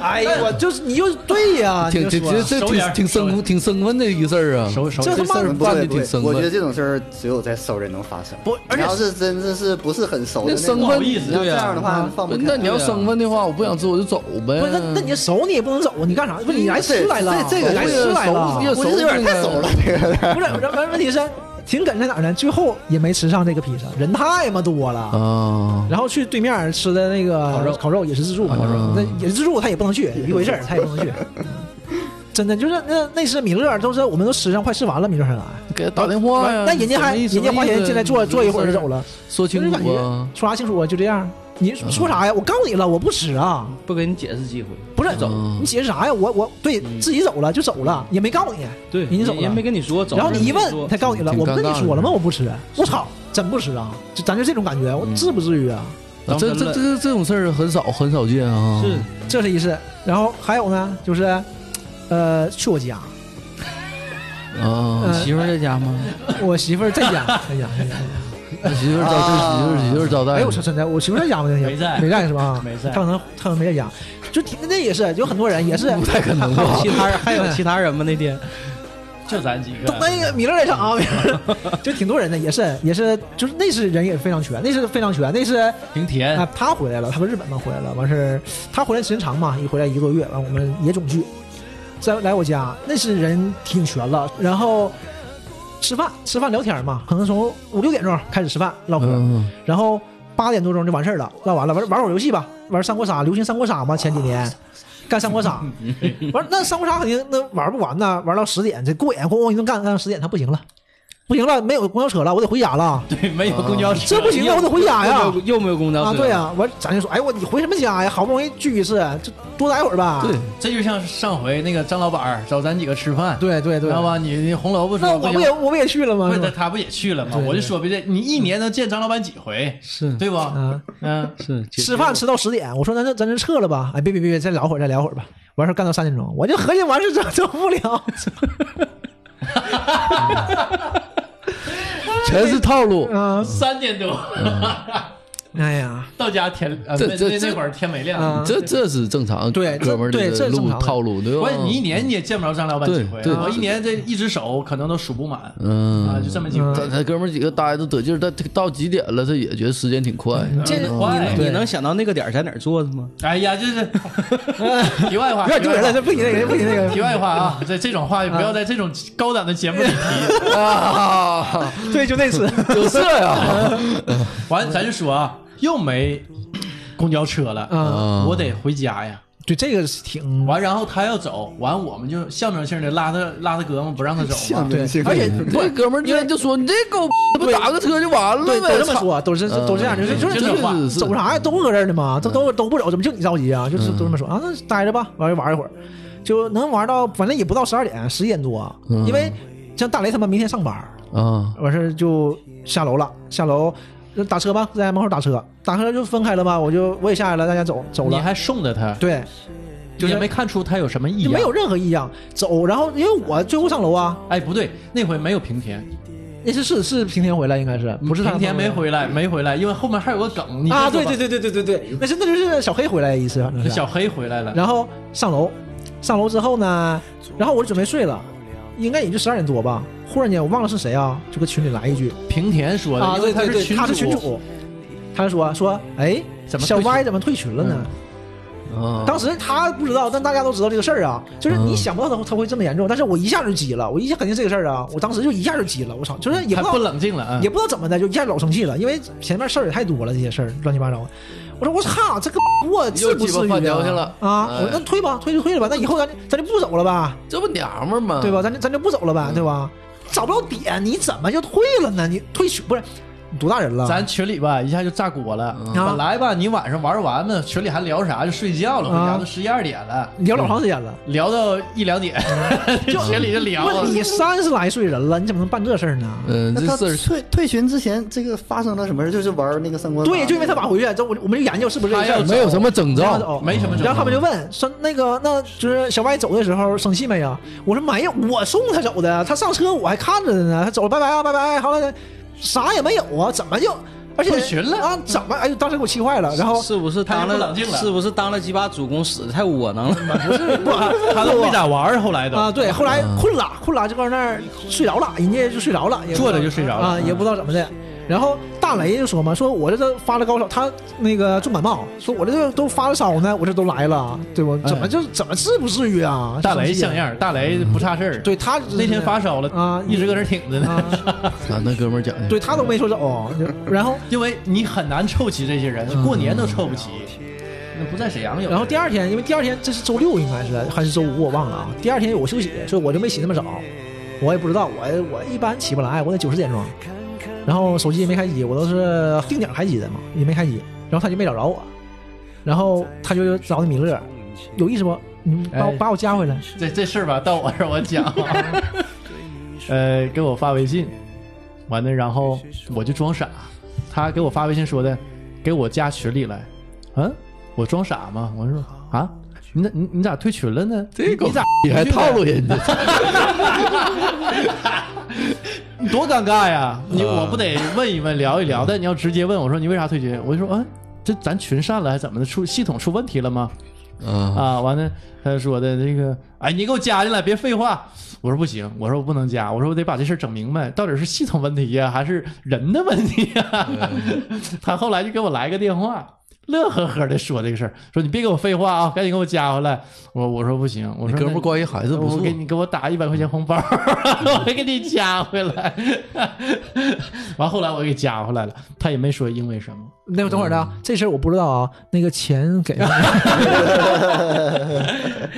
哎呀，我就是你就对呀、
嗯
你
挺
就
挺
说
这这
熟人
挺挺
熟
生
人
挺生分的一个事儿啊。
熟熟
这他
这
妈
事儿
不
办的
会不
挺
会，
生
我觉得
分。
这种事儿只有在熟人能发生。
不而且
你要是真的是不是很熟的
那
那
生
不
种，
分
好意思
那这
对啊
样的话放不开。啊
那你要生分的话，我不想吃我就走呗。
不是那那你熟你也不能走啊，你干啥？不是你来吃来了，
这这个
你来
这
吃
个
来
熟，
了
这
我这有点太熟了，这个。
不是，然后问题是挺梗在哪儿呢？最后也没吃上这个披萨，人太妈多了。
啊，
然后去对面吃的那个
烤肉
烤肉也是自助嘛，
烤肉
那也是自助，他也不能去，一回事儿，他也不能去。真的就是那那是米勒，都是我们都吃上快吃完了，米勒才来。
给他打电话呀。
那人家还
什么意思
人家花钱进来坐坐一会儿就走，了，
说
就
清
是感
楚
觉
啊。
说啥清楚啊？就这样，你说啥呀？我告诉你了，我不吃啊！
不给你解释机会，
不是
走
你解释啥呀？我我对自己走了就走了，也没告诉你。
对，
人家走了
人没跟你说走，
然后你一
人没
问，
说
他告诉你了，
挺
我不跟
尴
你
尬
说了吗？
的
我不吃，我操，真不吃啊！就咱就这种感觉，我至不至于啊？
啊这这这这种事儿很少很少见啊。
是
这是一事。然后还有呢，就是，呃，去我家，
啊，
呃
媳妇儿在家吗？
我媳妇儿在家，在家，在家。
那媳妇儿招待，媳妇儿媳妇儿招待。
哎，我说真的，我媳妇儿在家吗？那天
没在
没在是吧？啊
没在
她可能她可能没在家，就挺那也是，有很多人也是。
不太可能
还有
吧？
其他人，还有其他人吗？那天
就咱几
都
个。
那个米勒在场，米勒 [LAUGHS] 就挺多人的，也是也是，就是那是人也非常全，那是非常全，那是
挺甜
啊，，他回来了，他不是日本嘛，回来了，完事儿他回来时间长嘛，一回来一个多月，完我们也总聚，再来我家，那是人挺全了，然后吃饭吃饭聊天嘛，可能从五六点钟开始吃饭唠嗑，
嗯，
然后八点多钟就完事儿了，唠完了玩玩会儿游戏吧，玩三国杀，流行三国杀嘛，前几年。干三国杀，完那三国杀肯定那玩不完呢，玩到十点这过瘾，咣咣一顿干干到十点，他不行了，不行了，没有公交车了，我得回家了，
对，没有公交车，
这不行啊，我得回家呀。
又没有又没有公交车，
啊，对呀，完咱就说，哎我你回什么家呀？好不容易聚一次，就多待会儿吧。
对，
这就像上回那个张老板儿找咱几个吃饭，
对对对
知道吧？你你红萝卜
那
说
我
行
不也我不也去了吗
不？是他
是吧
他不也去了吗？
对对
我就说别这，你一年能见张老板几回，
是
对不？
啊，
嗯，
是
吃饭吃到十点，我说咱这咱这撤了吧？哎，别别别别，再聊会儿再聊会儿吧。完事儿干到三点钟，我就合计完事儿整整不了，
全是套路。
啊，
三点多
嗯哎呀，
[LAUGHS] 到家天，呃
这
那
这
那
这
那会儿天没亮
啊。
这这是正常，
对这
哥们儿
对这
的
是正
路
常的
套路，对吧
关键你一年你也见不着张老板几回，啊
对对
我一年这一只手可能都数不满啊，
嗯
就，这么几回。
咱咱哥们儿几个待着得劲儿，但到几点了，他也觉得时间挺快。
嗯
嗯
嗯
这快，
哎你能想到那个点儿在哪儿坐的吗？
哎呀，就是
[LAUGHS]
题外话，
啊有点丢人了，这不提那个，不提那个
题。外话啊，这这种话不要在这种高档的节目里提。
嗯
啊，
对，就那次，
有啊色呀！
完，咱就说啊，又没公交车了，
啊，
啊
我得回家呀。
[LAUGHS] 对，这个是挺
完，然后他要走，完我们就象征性的拉他拉他胳膊，不让他走
啊
嘛。
对，而
[LAUGHS]
且不
这哥们儿居然就说你这狗他不打个车就完了
对，
呗？嗯
都这么说，都是都这样，就是就
这
是就是
种话
是是
走啥呀？都搁这儿呢
嗯
嘛，都都都不走，怎么就你着急啊？就是都这么说啊，那待着吧，玩玩一会儿，就能玩到，反正也不到十二点，十一点多，
嗯
因为像大雷他们明天上班儿，
啊，
完事儿就下楼了，下楼就打车吧，在门口打车，打车就分开了吧，我就我也下来了，大家走走
你
了，
还送着他，
对，就是
也没看出它有什么啊异
就
样。
没有，任何异样。走，然后因为我最后上楼啊，
哎，不对，那回没有平田，
那是是是平田回来，应该是不是他
平田没
上楼
回来，没回来，因为后面还有个梗。你
嗯啊？
这
对
个吧
对，对对对对对，那是那就是小黑回来一次，反正是
小黑回来了。
然后上楼，上楼之后呢，然后我就准备睡了，应该也就十二点多吧。忽然间我忘了是谁啊，就搁群里来一句
平田说的，
啊，
因为
对对
是
对，
群
他是群主，他就说说，哎，
怎么
小
退群嗯哦
歪怎么退群了呢？
啊，
当时他不知道，但大家都知道这个事儿啊，就是你
嗯
想不到他他会这么严重，但是我一下就急了，我一下肯定这个事儿啊，我当时就一下就急了，我操，就是也
还
不知道
不冷静了啊
也！不知道怎么的，就一下老生气了，因为前面事儿也太多了，这些事儿乱七八糟的。我说我操，这个我至不至
又鸡
于
巴
啊
换条去了
嗯
啊！
哎
我那推吧，推就推了吧，那以后咱就咱就不走了吧，
这不娘们儿
嗯
吗？
对吧？？咱就咱就不走了吧，对吧？找不着点，你怎么就退了呢？你退群不是你多大人了？
咱群里吧，一下就炸锅了。
啊
嗯
本来吧，你晚上玩完了，群里还聊啥，就睡觉了，回
啊
家都十一二点了，
聊老长时间了，
聊到一两
[LAUGHS]
点，群里就聊
不是
了。
你三十来岁人了，你怎么能办这事儿呢？
嗯，
那他
这事儿
退退群之前，这个发生了什么事？就是玩那个三国杀
对，就因为他晚回去，这我我们就研究是不是这个
嗯
事
他
儿
要。
没有什么征
然后
兆，
走
没什么征兆
然后他们就问说：“那个，那就是小歪走的时候生气没呀？”我说：“没有，我送他走的，他上车我还看着呢。他走了，拜拜啊，拜拜，好了，啥也没有啊，怎么就而且
退群了
啊？怎么？哎呦，当时给我气坏了。然后
是不是
他
当
就不冷静了
是不是当了鸡巴主公死的太窝囊了？
他都没咋玩儿，后来
啊，
都
对，后
嗯
来困了，困了就搁那儿睡着了，人家就睡着了，也不知道
坐着就睡着了
啊，也不知道怎么的。然后大雷就说嘛，说我这都发了高烧，他那个重感冒，说我这都都发了烧呢，我这都来了，对不？怎么就怎么至不至于啊？
哎大雷
生气啊
像，样儿，大雷不差事儿。
对他
那天发烧了
啊
一直搁那儿挺着呢。
啊，
咱那哥们儿讲
对他都没说走，就然后
因为你很难凑齐这些人，
嗯
过年都凑不
啊
齐。那不在沈阳有，
然后第二天，因为第二天这是周六应该是还是周五我忘了啊，第二天有休息，所以我就没起那么早，我也不知道，我我一般起不来，我得九十点钟，然后手机也没开机，我都是定点开机的嘛，也没开机，然后他就没找着我，然后他就找那米勒，有意思不？你把我、
哎
把我加回来，
这这事儿吧，到我这儿我讲。呃，给我发微信，完了，然后我就装傻。他给我发微信说的，给我加群里来。嗯，我装傻吗？我说啊，你咋你你咋退群了呢？
这狗
你咋
你还套路人家？
你 [LAUGHS] 多尴尬呀！
嗯
你我不得问一问、聊一聊？但你要直接问我说你为啥退群，我就说啊，这咱群删了还怎么的？出系统出问题了吗？
啊，
啊，完了，他就说的这个，哎，你给我加进来，别废话。我说不行，我说我不能加，我说我得把这事儿整明白，到底是系统问题呀、还是人的问题呀、
嗯
[LAUGHS] 他后来就给我来个电话，乐呵呵的说这个事儿，说你别给我废话啊，赶紧给我加回来。我我说不行，我
你
说
哥
那
们儿关系还是不
我
错
给。你给我打一百块钱红包，
[LAUGHS]
我还给你加回来。完后来我给加回来了，他也没说因为什么。
那等会儿呢，这事儿我不知道啊，那个钱给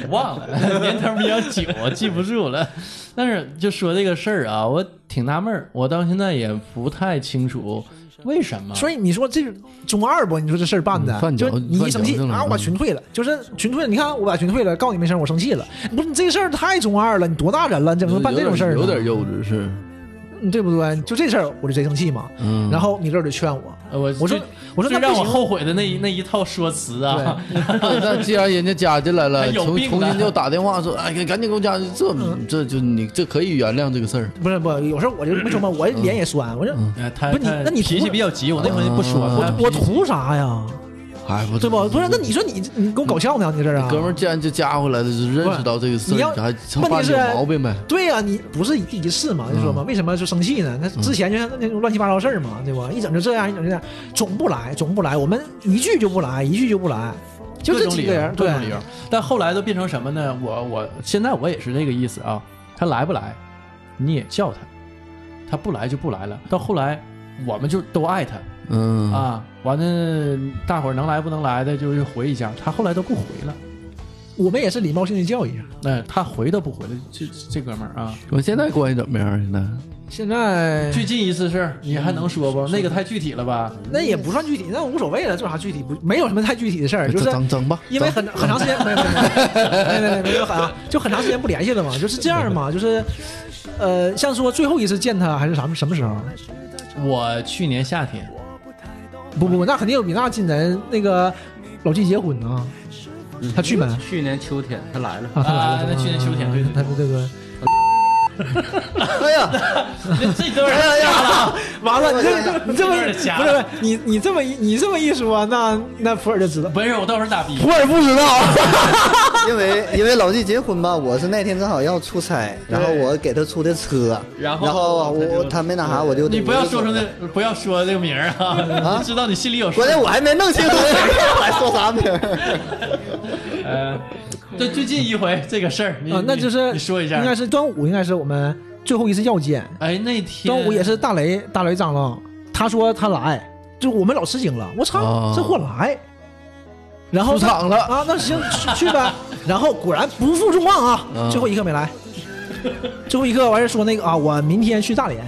忘了， [LAUGHS] 年头比较久，记不住了。但是就说这个事儿啊，我挺纳闷儿，我到现在也不太清楚为什么。
所以你说这是中二不？你说这事儿办的
嗯，犯
就
矫
是你一生
犯矫
气
情了
啊，我把群退了，就是群退了。你看我把群退了，告你们一声，我生气了。不是你这个事儿太中二了，你多大人了，你怎么能办这种事儿呢？
有点幼稚是，
嗯对不对？就这事儿我就贼生气嘛。
嗯，
然后米勒就劝我，
呃我
我说
最
我说
最
那
让
不
我
行，
后悔的那一那一套说辞啊，
那既然人家加进来
还
了，
有
重
病
重
呢
新就打电话说，哎，赶紧给我加，这
嗯
这就你这可以原谅这个事儿。
不是不，有时候我就没说嘛，我脸也酸，我说
[LAUGHS] 呃他
不是你
他
那你图
脾气比较急，我那回就不说
嗯
了。
我图啥呀？
哎，不
对不？不是，那你说你你给我搞笑呢？你这是啊
哥们儿既然就加回来了，就认识到这个事
你要
儿，还
问
犯
题是
有毛病呗。
对呀、你不是第一次嘛？就说嘛，为什么就生气呢？那之前就像那种乱七八糟事儿嘛，对吧？一整就这样，一整就这样，总不来，总不来，我们一句就不来，一句就不来，就
各
这
种
几
理
个
由，
人，
各
对，
种理由。但后来都变成什么呢？我我现在我也是这个意思啊。他来不来，你也叫他；他不来就不来了。到后来，我们就都爱他。
嗯，
啊，完了，大伙儿能来不能来的就是回一下，他后来都不回了，
我们也是礼貌性的叫一下。
那、他回都不回了，这这哥们儿啊，
我现在关系怎么样？现在
现在
最近一次事儿你还能说不？那个太具体了吧？
那也不算具体，那无所谓了，这有啥具体不？没有什么太具体的事儿，就
整
是
整整吧，
因为很很长时间没有没有没有没有没有很啊，就很长时间不联系了嘛，就是这样嘛，就是呃，像说最后一次见他还是啥什么时候？
嗯我去年夏天，
不不，那肯定有比那近人。那个老季结婚呢，他去没？
去年秋天他来了，
啊，他来
嗯啊
了。嗯
那去年秋天对对
他这个，
哎呀，
这这都是
哎呀
[LAUGHS]
呀，
完了，你
哎呀
这你这么
这有点瞎
不是不是你你这么一你这么一说，那那普尔就知道，
[LAUGHS] 不是我到时候打逼。
普尔不知道，因为因为老纪结婚吧，我是那天正好要出差，然后我给他出的车，
然
然
后
我我他没那啥，我就
你不要
我就
说出那不要说这个名儿啊！你知道你心里有数
关。键我还没弄清楚我 [LAUGHS] 还说啥名儿， [LAUGHS]
呃，对，最近一回这个事儿，你
啊，那
你
就是
你说一下，
应该是端午，应该是我们最后一次要见。
哎那天
端午也是大雷大雷张了，他说他来，就我们老吃惊了，我操
哦，
这货来，然后
出场了
啊，那行去去呗，然后果然不负众望啊，
嗯
最后一刻没来，最后一刻完事说那个啊，我明天去大连。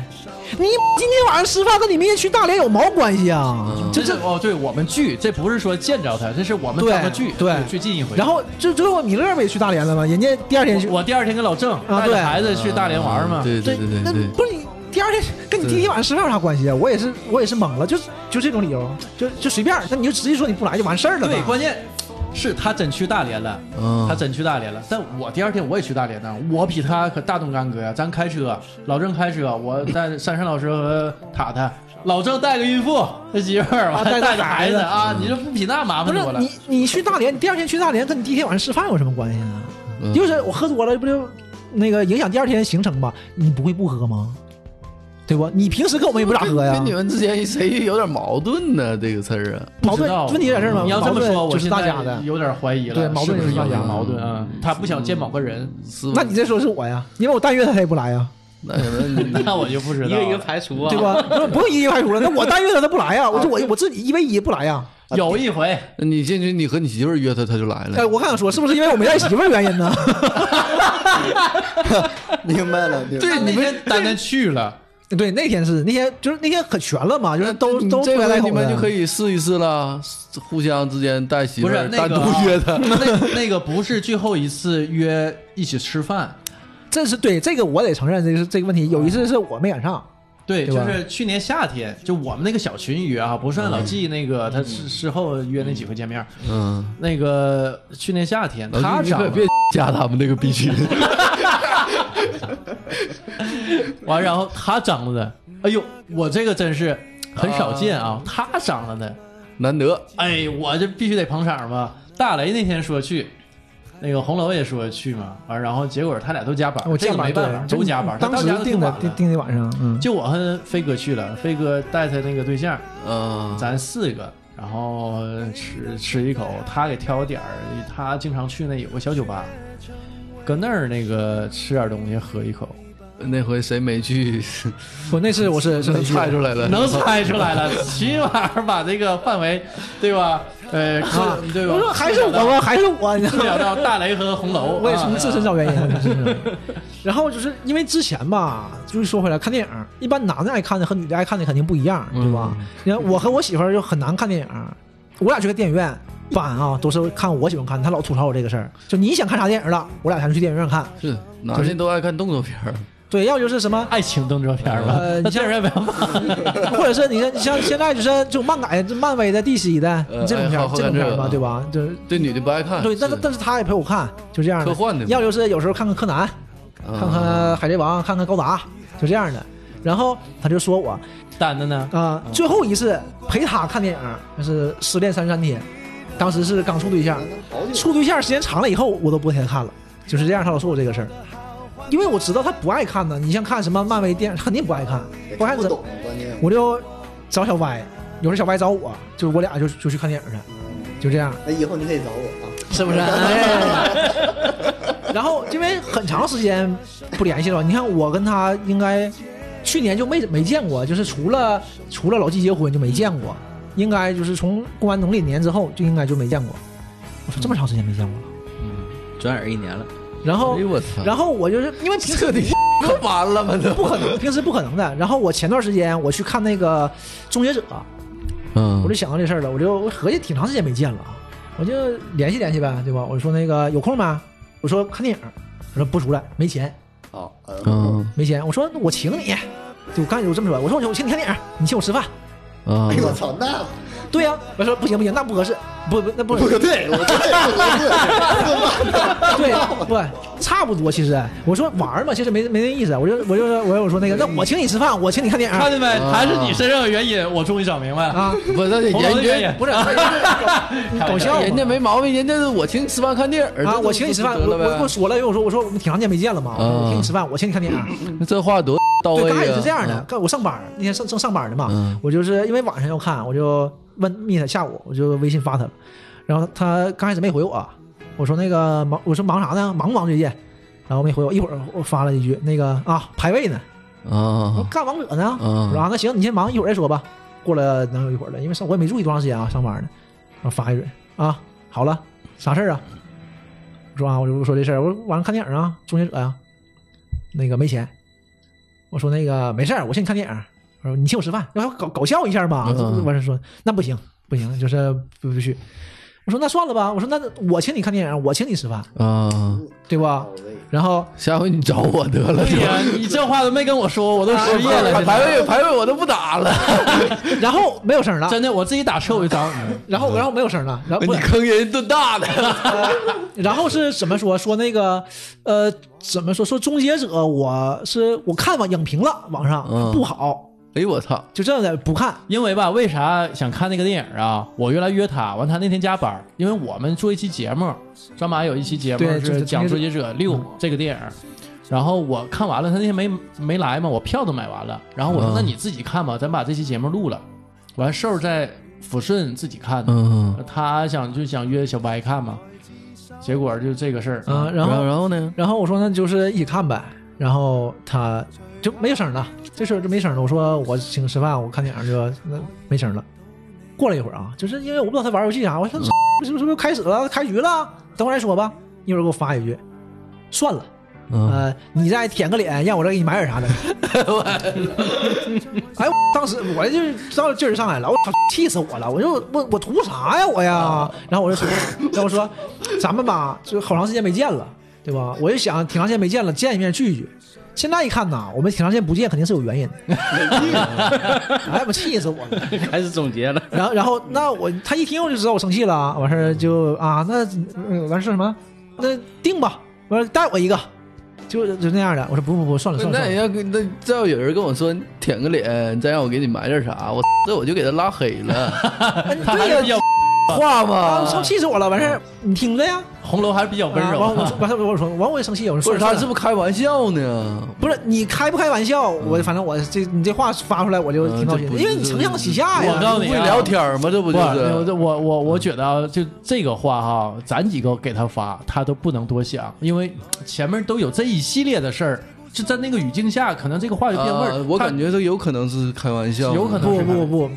你今天晚上吃饭跟你明天去大连有毛关系啊？
这是
这这
哦，对我们聚，这不是说见着他，这是我们
对
看个聚，
对
最近一回。
然后就最后米勒不也去大连了吗？人家第二天去
我，我第二天跟老郑带
啊对
着孩子去大连玩嘛，
对
对
对对
那
对对，
不是你第二天跟你第一天晚上吃饭有啥关系啊？我也是，我也是懵了，就是就这种理由，就就随便，那你就直接说你不来就完事儿了
对，
呗。
关键是他真去大连了，
嗯
他真去大连了。但我第二天我也去大连呢，我比他可大动干戈呀。咱开车，老郑开车，我带珊珊老师和塔塔，老郑带个孕妇，他媳妇儿，
啊
完
带
带
个
个
孩
孩
子
子啊，你这不比那麻
不
烦
是
多了？
你，你去大连，你第二天去大连，跟你第一天晚上吃饭有什么关系啊？
嗯
就是我喝多了，不就那个影响第二天行程吧？你不会不喝吗？对不？你平时跟我们也不咋喝呀
跟。你们之间谁有点矛盾呢？这个词儿啊，
不
矛
知
盾
道
问题在这儿吗？
你要这么说，
矛盾
我
就是
现
大
在
家的。
有点怀疑了，
对矛盾
是不是
是大
有
家
点
的
矛盾啊？他不想见某个人，
是吧
那你再说是我呀，因为我但愿他他也不来呀，
那可能你
那我就不知道
一
了。
个一个排除啊，
对
[LAUGHS]
吧？不是不用一一排除了，那我但愿他他不来呀，我就我我自己一 v 一不来呀。
有一回，
那你进去，你和你媳妇儿约他，他就来
哎，
了。
我刚想说，是不是因为我没带媳妇儿原因呢？
明白了，明白了
对你们丹丹去了，
[LAUGHS] 对，那天是那天就是那天可全了嘛，就是都
你
都
这
回来
回你们就可
以
以试一试了，互相之间带媳
[LAUGHS]
妇
不是
儿
那
单
个
独
啊。
约他
[LAUGHS] 那那个不是最后一次约一起吃饭，
这是对这个我得承认，这个是这个问题。有一次是我没赶上，
对，
对
就
吧
是去年夏天，就我们那个小群约啊，不算老纪那个他事事后约那几回见面儿，
嗯，
那个去年夏天他
你
长
可
了
别加他们那个 B 群，
完，然后他长了的，哎呦，我这个真是很少见啊，他长了的。
难得。
哎，我这必须得捧场吧。大雷那天说去，那个红楼也说去嘛，完然后结果他俩都加班，
我
这
哦加
个
班
没办法，
对
都加班。
当时
他到家
定的
都挺晚
定
了
定的晚上，嗯，
就我和飞哥去了，飞哥带他那个对象，
嗯，
咱四个，然后吃吃一口，他给挑点儿，他经常去那有个小酒吧，搁那儿那个吃点东西，喝
[LAUGHS]
一口，
那回谁没去，
我那次我是是没去
猜出来了。
能猜出来了，起码把这个范围，对吧？呃，
啊
是，对吧？
我说还是我吧，还是我，你知
不
道
了到
吗？
大雷和红
[LAUGHS]
楼，
我也是
啊
自身找原因我真是。 [LAUGHS] 然后就是因为之前吧，就是说回来看电影，一般男的爱看的和女的爱看的肯定不一样，对吧？
嗯
你看我和我媳妇儿就很难看电影，我俩去个电影院，一般啊都是看我喜欢看的，她老吐槽我这个事儿，就你想看啥电影了，我俩才能去电影院看。
是男的都爱看动作片儿，
对，要就是什么，
爱情动作片儿吧
呃？
那电影院不要骂，
或者是你看像现在就是这种漫改、这漫威的、DC 的
呃
这种片
哎
儿
好好
这种
看这
片
个
儿嘛，
啊
对吧？就是
对女的不爱看。
对，但是
是
但是他也陪我看，就这样的。
科幻的嘛
要就是有时候看看柯南，
嗯
看看海贼王，看看高达，就这样的。然后他就说我啊、
丹的呢？
最后一次陪他看电影，就是失恋三十三天，当时是刚处对象，处对象时间长了以后，我都不太看了，就是这样。他老说我这个事儿，因为我知道他不爱看呢。你像看什么漫威电影，他肯定不爱看，不爱
不
看
懂啊关键。
我就找小歪，有时候小歪找我，就是我俩就就去看电影去，就这样，
那以后你可以找我啊，
是不是？哎。 [LAUGHS] 然后因为很长时间不联系了，你看我跟他应该去年就没没见过，就是除了除了老纪结婚就没见过，应该就是从过完农历年之后就应该就没见过。我说这么长时间没见过了，
转眼一年了，
然后
哎呦我操！
然后我就是因为平时 [LAUGHS]
后完了吗？这
不可能，平时不可能的。然后我前段时间我去看那个《终结者》，
嗯
我就想到这事儿了，我就我合计挺长时间没见了啊，我就联系联系呗，对吧？我说那个有空吗？我说看电影，我说不出来，没钱，
好，
嗯
没钱。我说那我请你，就我刚才就这么说，我说我请你看电影，你请我吃饭，
啊
哎呦我操，那
对呀、我说不行不行，那不合适，不不，那不
不对，我就这个不
[LAUGHS]
对，
对，不差不多。其实我说玩儿嘛，其实没没那意思。我就我就是我有说那个，那我请你吃饭，我请你看电影
看
儿
见没？还是你身上有原因，我终于整明白了。
啊，
[LAUGHS]
不，那
红楼的
人
原
家
因
不是 [LAUGHS] 搞笑嘛
人家没毛病，人家是我请你吃饭看电影
啊，我请你吃饭，我我我说了，因为我说我说我们挺长时间没见了嘛，我请你吃饭，我请你看电影儿。
我这话多到位
对，刚
啊！
开始是这样的，，干我上班儿那天上正上班儿呢嘛，
嗯
我就是因为晚上要看，我就问密他，下午我就微信发他了，然后他刚开始没回我，我说那个忙，我说忙啥呢？忙不忙最近？然后没回我，一会儿我发了一句那个啊排位呢，我说
啊
干王者呢，我说
啊
啊那行你先忙，一会儿再说吧。过了能有一会儿了，因为上我也没注意多长时间啊，上班呢，然后发一句啊好了，啥事儿啊？我说啊，我就说这事儿，我说晚上看电影啊，终结者呀、那个没钱。我说那个没事儿，我请你看电影。我说你请我吃饭，要搞搞笑一下嘛。
嗯
完事说那不行不行，就是不不去。我说那算了吧，我说那我请你看电影，我请你吃饭，
啊！
对吧？
[LAUGHS]
然后
下回你找我得了，
对哎呀，你这话都没跟我说，我都
啊
失业了。现在
排位排位我都不打了，
然后没有声儿了，
[LAUGHS] 真的，我自己打车我就找你。
然后然后没有声儿了，然后
你
不
坑人一顿大的。
然后是怎么说？说那个，呃，怎么说？说终结者，我是我看网影评了，网上、
嗯
不好，
哎呦我操！
就这样的不看。
因为吧，为啥想看那个电影啊？我原来约他，完他那天加班儿，因为我们做一期节目，专马有一期节目
对就是
讲《
终
终结者六》这个电影。然后我看完了，他那天没没来嘛，我票都买完了。然后我说：“
嗯
那你自己看吧，咱把这期节目录了。”完事儿在抚顺自己看的，
嗯，
他想就想约小白看嘛，结果就这个事儿
啊、然
然后
后
然后呢？
然后我说那就是一起看呗。然后他就没有声了，这事儿就没声了。我说我请吃饭，我看电影就那没声了。过了一会儿啊，就是因为我不知道他玩游戏啊啥，我说是不是不是开始了，开局了，等会儿再说吧。一会儿给我发一句，算了。
嗯，
呃，你再舔个脸，让我再给你买点啥的。哎，我当时我就到劲儿上来了，我操，气死我了！我就我我图啥呀我呀？然后我就说，然后我说，咱们吧，就好长时间没见了，对吧？我就想挺长时间没见了，见一面聚一聚。现在一看呐，我们挺长时间不见，肯定是有原因
[LAUGHS]
的。哎，我气死我了！
[LAUGHS] 开始总结了。
然后，然后那我他一听我就知道我生气了啊，完事儿就啊，那嗯完事儿什么？那定吧，完事儿带我一个，就就那样的。我说不不不，算了算了
那
算
你
了。
要跟那这要有人跟我说你舔个脸，再让我给你买点啥，我这我就给他拉黑
[LAUGHS]
了，
[LAUGHS] 他还
对呀
是比较
话啊
啊，
嘛。
操，气死我了！完事儿你听着呀，
红楼还是比较温
啊
柔。
完我说完事儿我说完我也生气，我
不
说
是
算
他
了
是不是开玩笑呢？
不是你开不开玩笑？我反正我这你这话发出来我就挺高兴
嗯这，不
因为你承上启下呀。
我告诉
不
你
会
啊
聊天吗？这
不，
不就是
我
是？
这我我我觉得啊，就这个话哈，咱几个给他发，他都不能多想，因为前面都有这一系列的事儿，就在那个语境下，可能这个话就变味儿、
啊我
他
感觉他有可能是开玩笑，
有可能
不
是
不 [LAUGHS] 不，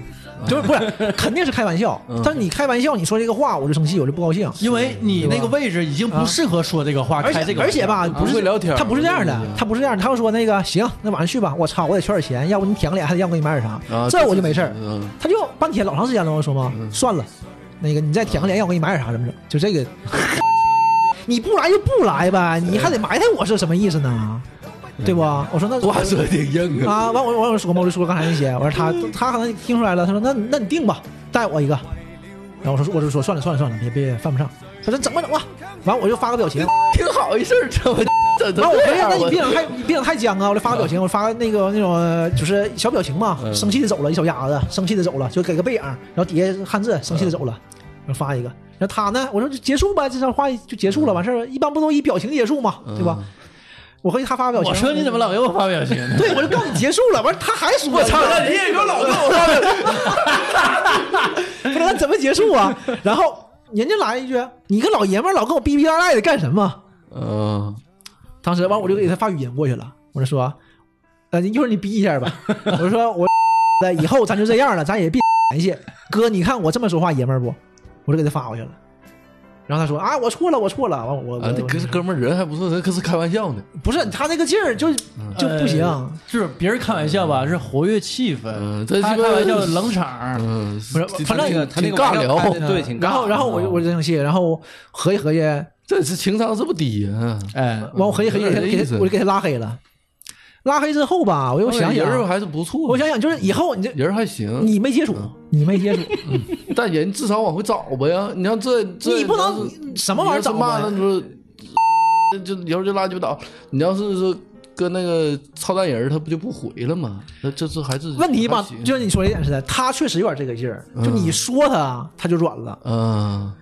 就是不是，肯定是开玩笑
嗯。
但是你开玩笑，你说这个话，我就生气，我就不高兴。
因为你那个位置已经不适合说这个话，
而
开这
且
个
而且吧，不
不
是
会聊天儿
嗯他不是这样的
对对，对
他不是这样的，他就说那个行，那晚上去吧，我操，我得缺点钱，要不你舔个脸还得让我给你买点啥，
啊
这我就没事儿。
嗯，
他就半天老长时间了，我说嘛，算了，那个你再舔个脸，让我给你买点啥，怎么整？就
[LAUGHS]
这个，你不来就不来呗，你还得埋汰我是什么意思呢？对不？我说那
话说得挺硬啊。
[LAUGHS] 啊，完我完我说嘛，我
[LAUGHS]
就说刚才那些，我说他他可能听出来了，他说那那你定吧，带我一个。然后我说我就说算了算了算了，别别犯不上。他说整吧整吧，完我就发个表情，
[LAUGHS] 挺好一事儿，
[LAUGHS]
这我这
然后
都这
我说
样，
那你
我
别整太你别整太僵啊！我就发个表情，我发那个那种呃就是小表情
嗯
嘛，生气的走了，一小丫子生气的走了，就给个背影，然后底下汉字生气的走了，
嗯
然后发一个。然后他呢，我说就结束呗，这场话就结束了，完事
嗯
儿一般不都以表情结束嘛，对吧？我回去他发个表情，
我说你怎么老给我发表情呢？
[LAUGHS] 对我就告诉你结束了，完事儿他还说我操，
那你也给我老跟我发
[LAUGHS]
表情，
不知道怎么结束啊？然后人家来一句：“你个老爷们儿老跟我逼逼赖赖的干什么
嗯，？”
当时完我就给他发语音过去了，我就说：“呃，一会儿你逼一下吧。”我就说：“我的以后咱就这样了，咱也别联系。哥，你看我这么说话爷们儿不？”我就给他发过去了。然后他说：“啊，我错了，我错了。”完我我
啊，这
我
可是哥们儿人还不错，他可是开玩笑呢。
不是他那个劲儿就就不行。
呃
哎
就是别人开玩笑吧，是活跃气氛，
嗯这
他
鸡
开
巴
玩笑冷场。
嗯，
不是
挺
反正
那个
挺
他那个
尬聊啊
玩笑开得对，挺尬
然后然后我就我就生气，然后合计合计，
这是情商这么低呀？嗯
哎，
完我合计合计，
有点
给
意
他
思哦
我就给他拉黑了。拉黑之后吧，我又想
人嗯
想
儿，还是不错，
我想想就是以后你这
人儿还行，
你没接
嗯
触，你没接触，
但人至少往回找吧呀。你像这这，
你不
要是
能什么玩意儿找
你要是骂
我
那
呀
就是这就以后就拉鸡巴倒。你要是说跟那个操蛋人儿，他不就不回了吗？那这次还是
问题
还
吧
行，
就像你说这点似的，他确实有点这个劲儿，就你说他，他就软了，
嗯，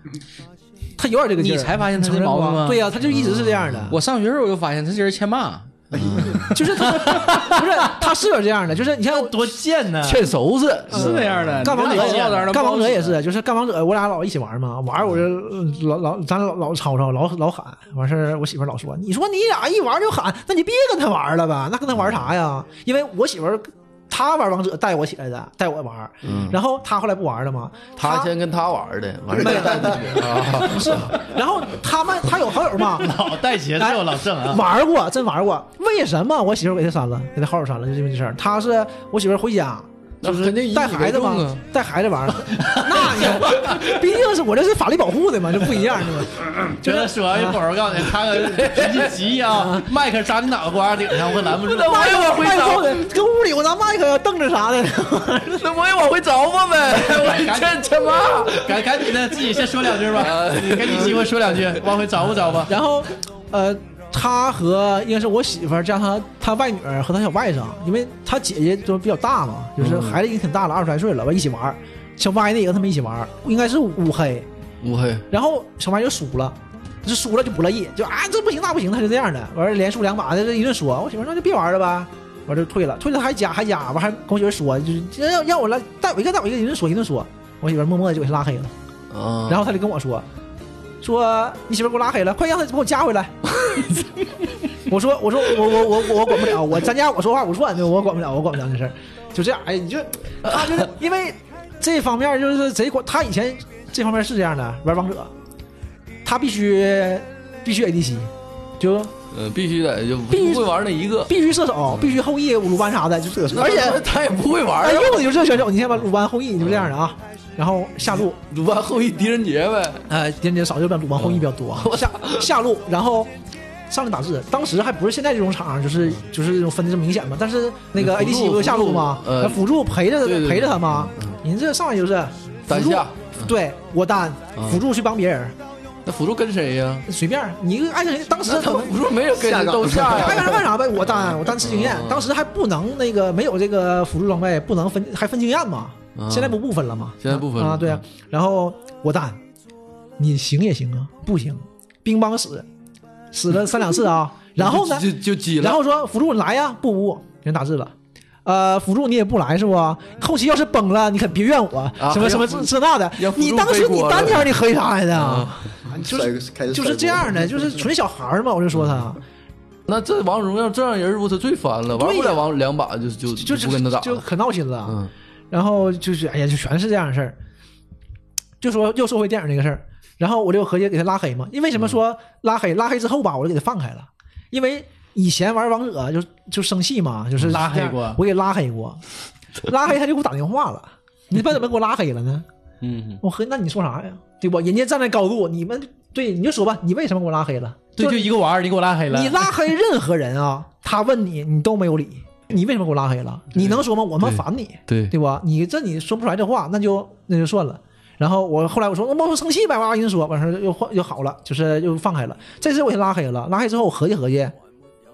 他有点这个劲儿。
你才发现他
承认
这毛病
不
吗
对呀，他就一直是这样的。
嗯
我上学时候我就发现他这人欠骂，
就是他 [LAUGHS] 不是他是有点这样的，就是你看我
多贱呢！
欠收拾。
是那样的。
干王者
你跟老
也
道
是
那儿
干王者也
包
是，就是干王者，我俩老一起玩嘛，玩我就嗯老老咱老老吵吵，老老喊，完事儿我媳妇儿老说，你说你俩一玩就喊，那你别跟他玩了吧，那跟他玩啥呀？因为我媳妇儿她玩王者带我起来的，带我玩，
嗯
然后她后来不玩了嘛，
他
她
先跟他玩儿的，完事儿带你啊。
不是，然后他们她有好友嘛，
[LAUGHS] 老带节
哎
奏，老郑啊！
玩过，真玩过。为什么我媳妇儿给他删了，给他好友删了？就因为这事儿。他是我媳妇儿回家，
那
就是
肯定以你
带孩子
为重
嘛
啊，
带孩子
[LAUGHS]
玩儿。那你毕竟是我这是法律保护的嘛，这不一样的嘛。
[LAUGHS] 真的说完哎
啊
一会儿，我告诉你，他可脾气急啊，麦克砸你脑瓜顶上，我拦不住。
麦克麦克的跟屋里我拿麦克呀凳子啥
[LAUGHS]
的，
那我也往回找吧呗，我欠他妈。啊
赶赶紧的，自己先说两句吧，你给你机会说两句，往回找不找
[LAUGHS]
吧？
然后呃。他和应该是我媳妇儿加他他外女儿和他小外甥，因为他姐姐都比较大嘛，
嗯
就是孩子已经挺大了，二十来岁了，完一起玩儿。小歪那也跟他们一起玩儿，应该是五黑，
乌黑，
然后小白就输了，就输了就不乐意，就啊这不行那不行，他就这样的，完了连输两把，这一顿说，我媳妇儿那就别玩了吧，完了就退了，退了还加还加，完还跟我媳妇儿说，就是让让我来带我一个带我一个，一顿说一顿说，我媳妇儿默默的就给他拉黑了，
啊，
然后他就跟我说，说你媳妇儿给我拉黑了，快让他给我加回来。 [LAUGHS] 我说我说我我我我我管不了，我咱家我说话不算，对我管不了，我管不了这事儿，就这样。哎，你就他就是因为这方面就是贼管，他以前这方面是这样的，玩王者，他必须必须 ADC，就
嗯，必须得就
必须
不会玩那一个，
必须射手，必须后羿、鲁班啥的，就
射手
而且
他也不会玩
哎
啊。
用的就是这选手，你先把鲁班、后羿你就这样的啊，然后下路
鲁班后羿狄仁杰呗，
呃，点点少，就比鲁班后羿比较多。
嗯
[LAUGHS] 下下路，然后上来打字，当时还不是现在这种场，就是就是这种分的这么明显嘛。但是那个
嗯辅助
ADC 不是下路嘛
辅助，呃
辅助陪着
对对对
陪着他嘛。您这上来就是辅
单
助，
下。
对我单
嗯
辅助去帮别人，
那辅助跟谁呀？
随便儿你爱跟谁，当时
那他
可能
辅助没有跟谁都下
[LAUGHS] 爱干啥
呀。
干啥呗，我单我单吃经验
嗯，
当时还不能那个没有这个辅助装备，不能分还分经验嘛，
嗯
现在不不分了吗？
现在不分了嗯
啊，对啊。然后我单，你行也行啊，不行，兵帮死，
[LAUGHS]
死了三两次啊。然后呢，
就就就急了。
然后说辅助你来呀，不不，人打字了。呃，辅助你也不来是不？后期要是崩了，你可别怨我，
啊
什么什么这这那的
要。辅助
你当时你单挑你黑啥来的啊？就是
甩开始
就是这样的，就是纯小孩儿嘛，我就说
嗯
他。
那这王者荣耀这样人不是最烦了，玩不了王两把就就
就
不跟他打
就
了。
可闹心了。
嗯
然后就是哎呀，就全是这样的事儿。就说又说回电影那个事儿，然后我就合计给他拉黑嘛。因为什么
嗯
说拉黑？拉黑之后吧，我就给他放开了，因为以前玩王者就就生气嘛，就是
拉黑
这样
过
我给拉黑过，拉黑他就给我打电话了。你把怎么给我拉黑了呢？
嗯，
我合计那你说啥呀？对不？人家站在高度，你们对你就说吧，你为什么给我拉黑了？
对，
就
就一个玩儿，你给我拉黑了。
你拉黑任何人啊，他问你，你都没有理。你为什么给我拉黑了？你能说吗？我他妈烦你，
对
对吧？你这你说不出来这话，那就那就算了。然后我后来我说那冒充生气呗，哇一顿说，完事儿又换又好了，就是又放开了。这次我给拉黑了，拉黑之后我合计合计，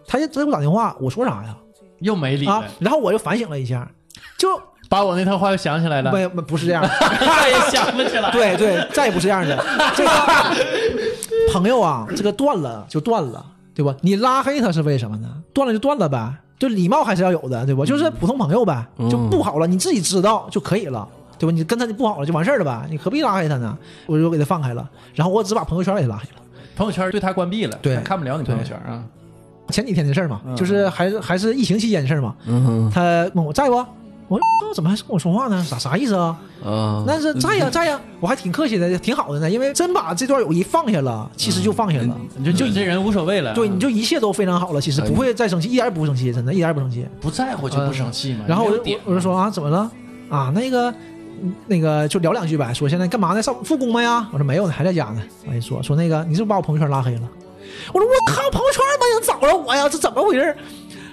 他就直接给我打电话，我说啥呀？
又没理
啊
了，，
然后我就反省了一下，就
把我那套话又想起来了，
没没不是这样
[LAUGHS]
的，
他也想不起来。
[LAUGHS] 对对，再也不是这样的。这个朋友啊，这个断了就断了，对吧？你拉黑他是为什么呢？断了就断了呗，就礼貌还是要有的，对
嗯
吧？就是普通朋友呗，就不好了，你自己知道就可以了。对吧？你跟他就不好了就完事儿了呗，你何必拉黑他呢？我就给他放开了，然后我只把朋友圈给他拉黑了。
朋友圈对他关闭了，
对
他看不了你朋友圈啊。
前几天的事儿嘛，
嗯
就是 [LAUGHS] 还是还是疫情期间的事儿嘛。
嗯
他问我在不？我说哦怎么还是跟我说话呢？啥啥意思啊？
哦
啊，
但
嗯
是在呀在呀，我还挺客气的，挺好的呢。因为真把这段友谊放下了，其
嗯
实就放下了。
你就就你这人无所谓了，
对，你就一切都非常好了，其实
哎
不会再生气，一点也不生气，真的，一点也不生气。
不在乎就不生气嘛。
嗯然后我
你
就
嗯没有
我
点
我就说啊，怎么了？啊，那个嗯那个就聊两句呗，说现在干嘛呢？上复工没呀？我说没有呢，还在家呢。我一说说那个，你是不是把我朋友圈拉黑了？我说我靠，朋友圈他妈也找着我呀，这怎么回事？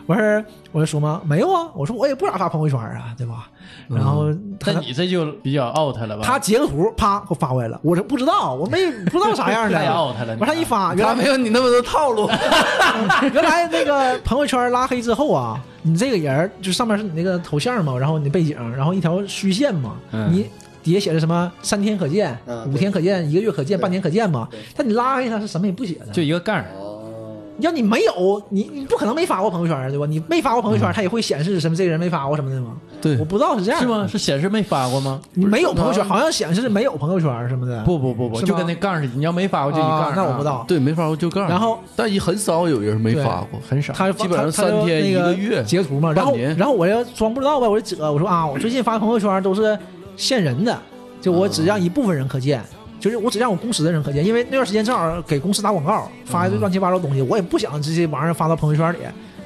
完事儿我就说嘛，没有啊，我说我也不咋发朋友圈啊，对吧？然后他、
嗯但你这就比较 out 了吧？
他截个图，啪给我发过来了，我这不知道，我没不知道
[LAUGHS]
啥样的，
太 out 了你啊
完他一发，原
他
来
没有你那么多套路，
[LAUGHS] 原来那个朋友圈拉黑之后啊，你这个人儿就上面是你那个头像嘛，然后你的背景，然后一条虚线嘛，
嗯
你底下写着什么三天可见、
嗯
五天可见、一个月可见、
对
半年可见嘛
对，
但你拉黑他是什么也不写的，
就一个杠儿，
哦，
要你没有，你你不可能没发过朋友圈啊，对吧？你没发过朋
嗯
友圈，它也会显示什么这个人没发过什么的吗？
对
我不知道是这样
[LAUGHS] 是？吗？是显示没发过吗？
你没有朋友圈，好像显示是没有朋友圈什么的。
不不不不，
是吗
就跟那杠儿似的，你要没发过就一杠
啊
儿，
那我不知道。
对，没发过就杠。
然后，
但也很少有人没
对
发过，
很少。
他
基本上
他他就
三天
那个
一个月
截图嘛，然后
半年
然后我要装不知道呗，我就折，我说啊，我最近发朋友圈都是限人的，就我只让一部分人可见，就是我只让我公司的人可见，因为那段时间正好给公司打广告，发一堆乱七八糟东西，我也不想直接玩意儿发到朋友圈里，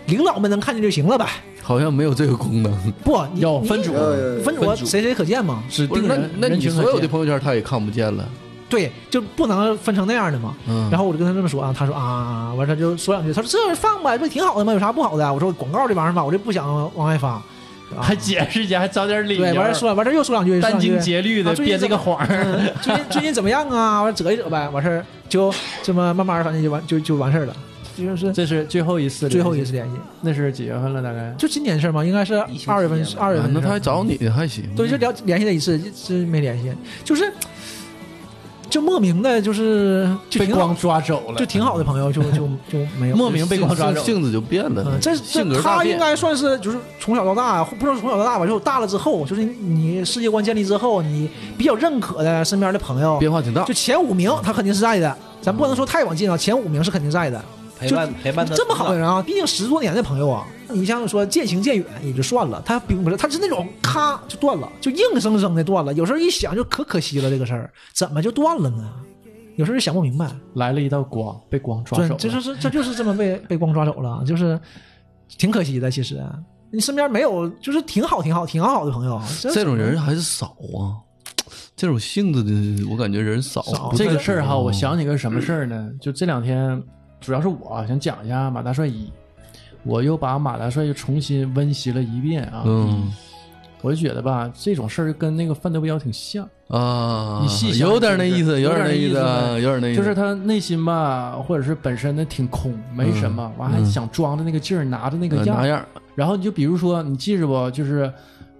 领导们能看见就行了呗。
好像没有这个功能。
不，你
要
你
分组，
有有有
分组谁谁可见嘛？
指
不是，
定
那
人
那
人
你
群
所
可
有的
见
朋友圈他也看不见了。
对，就不能分成那样的嘛。
嗯，
然后我就跟他这么说啊，他说啊，完他就说两句，他说这放吧，不挺好的吗？有啥不好的啊？我说广告这玩意儿吧，我就不想往外发。啊
还解释一下，还找点理由，
对，完事儿说完事儿又说两句，
殚精
说两句
竭虑的
啊最近
编这个谎儿，
[LAUGHS] 嗯 [LAUGHS] 最近最近怎么样啊？完折一折呗，完事儿就这么慢慢儿，反正就完就就完事儿了，就是
这是最后一次，
最后一次，联系，
那是几月份了？大概
就今年的事儿嘛，应该是
疫情期间
二月份
吧
二月
啊
份
那
的事儿，
他还找你还行。
对，就聊联系了一次，一直没联系，就是就莫名的，就是 [LAUGHS] 就
被
挺好
光，抓走了，
就挺好的朋友就就就没有，
莫名被光抓呃
性
走。
性子就变了
嗯，。这
性
这
格大
他应
变。
该算是就是从小到大，或不是从小到大吧，就大了之后，就是你世界观建立之后，你比较认可的身边的朋友，
变化挺大
就，前五名他肯定是在的，咱不能说太往近了，前五名是肯定在的。
陪伴陪伴他
这么好的人啊，毕竟十多年的朋友啊，你像说渐行渐远也就算了，他并不是，他是那种咔就断了，就硬生生的断了。有时候一想就可可惜了这个事儿，怎么就断了呢？有时候想不明白，
来了一道光，被光抓
这
走了。
这就是这就是这么被 [LAUGHS] 被光抓走了，就是挺可惜的。其实你身边没有，就是挺好挺好挺好的朋友，啊
这种人还是少啊。这种性子的，我感觉人少。
少
不
这
太
个事儿哈，
多
我想起个什
嗯
么事儿呢？就这两天，主要是我想讲一下马大帅一，我又把马大帅又重新温习了一遍啊。
嗯
我就觉得吧，这种事儿跟那个范德彪挺像，
啊，
你细想
有点那意思，
有
有
点那
点那
意
意
思
思啊，有点那意思，
就是他内心吧，或者是本身的挺空，没什么，完还
嗯
想装的那个劲儿，拿着那个
呃
样
那
儿。
样儿。
然后你就比如说，你记着不？就是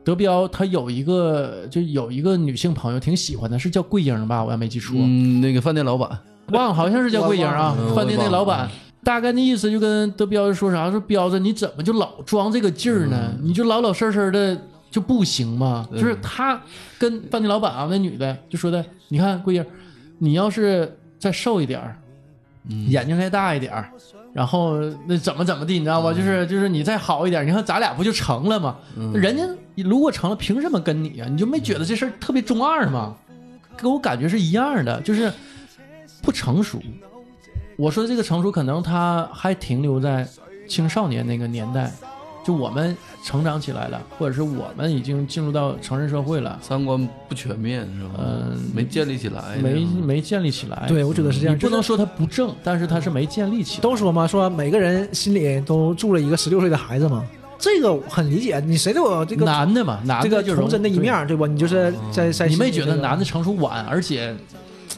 德彪他有一个，就有一个女性朋友挺喜欢的，是叫桂英吧？我要没记错，
嗯，那个饭店老板，
[LAUGHS] 忘了好像是叫桂英啊
我忘，了嗯
饭店那老
我忘
板
了。
大概那意思就跟德彪说啊啥，说彪子你怎么就老装这个劲儿呢？你就老老实实的就不行吗？
嗯
就是他跟饭店老板啊，那女的就说的，你看桂英，你要是再瘦一点儿，
嗯，
眼睛再大一点儿，然后那怎么怎么地，你知道吧？就是就是你再好一点儿，你看咱俩不就成了吗？
嗯
人家如果成了，凭什么跟你啊？你就没觉得这事儿特别中二吗？给我感觉是一样的，就是不成熟。我说的这个成熟，可能他还停留在青少年那个年代，就我们成长起来了，或者是我们已经进入到成人社会了，
三观不全面是吧？
嗯
没建立起来，
没
那种
没建立起来。嗯
对，我觉得是这
你
样。
不
就是
能说他不正，但是他是没建立起来。
都说嘛，说每个人心里都住了一个十六岁的孩子嘛，这个我很理解。你谁都有这个
男的嘛，男
这
的
个
就容哦
童真的一面，儿，对吧？你就是在在
对你没
心里
觉得
这个
男的成熟晚，而且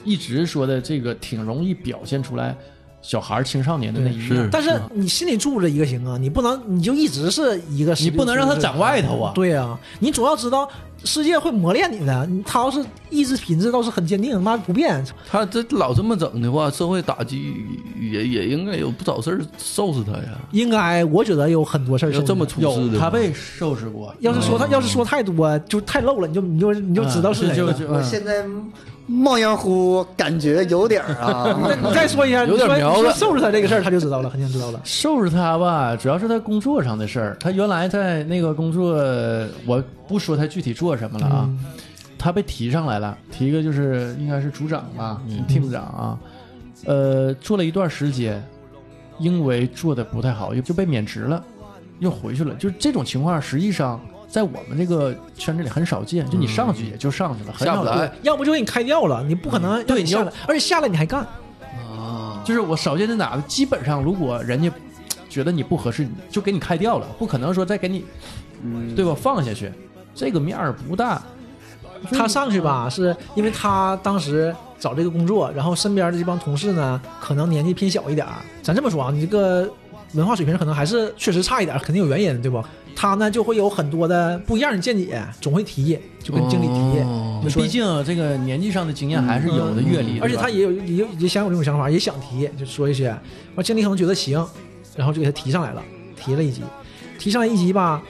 一直说的这个挺容易表现出来小孩儿青少年的那一面儿
是，
但是你心里住着一个行啊，你不能你就一直是一个，
你不能让他长外头啊
对呀、你总要知道世界会磨练你的。你他要是意志品质倒是很坚定，妈不变，
他这老这么整的话，社会打击也也应该有不少事儿收拾他呀。
应该我觉得有很多事儿
要
是
这么。处事
有
的话，
他被收拾过，
要是说他要是说太多，就太露了，你就你就你就知道
嗯
是谁
就
了。
就
我
嗯
呃现在冒烟呼，感觉有点儿
那 [LAUGHS]
啊，
你再说一下，
有点
你说
苗子
你说收拾他这个事儿，他就知道了，肯定知道了。
收拾他吧，主要是他工作上的事儿。他原来在那个工作，我不说他具体做什么了
嗯
啊，他被提上来了，提一个就是应该是组长吧、t
嗯
e a m 长啊，呃，做了一段时间，因为做的不太好，又就被免职了，又回去了。就是这种情况，实际上在我们这个圈子里很少见，就你上去也就上去了，很
下
嗯
少
不
见
来
要不就给你开掉了，你不可能让
对
你下来，而且下来你还干。
啊，
就是我少见在哪呢？基本上如果人家觉得你不合适，就给你开掉了，不可能说再给你，
嗯
对吧？放下去，这个面儿不大。
他上去吧，是因为他当时找这个工作，然后身边的这帮同事呢，可能年纪偏小一点儿。咱这么说啊，你这个文化水平可能还是确实差一点儿，肯定有原因，对吧？他呢就会有很多的不一样的见解，总会提，就跟经理提。
哦
你说
毕竟这个年纪上的经验还是有的，
嗯
阅历，
而
对
且
吧
他也有也有也想有这种想法，也想提，就说一些。然后经理可能觉得行，然后就给他提上来了，提了一级，提上来一级吧，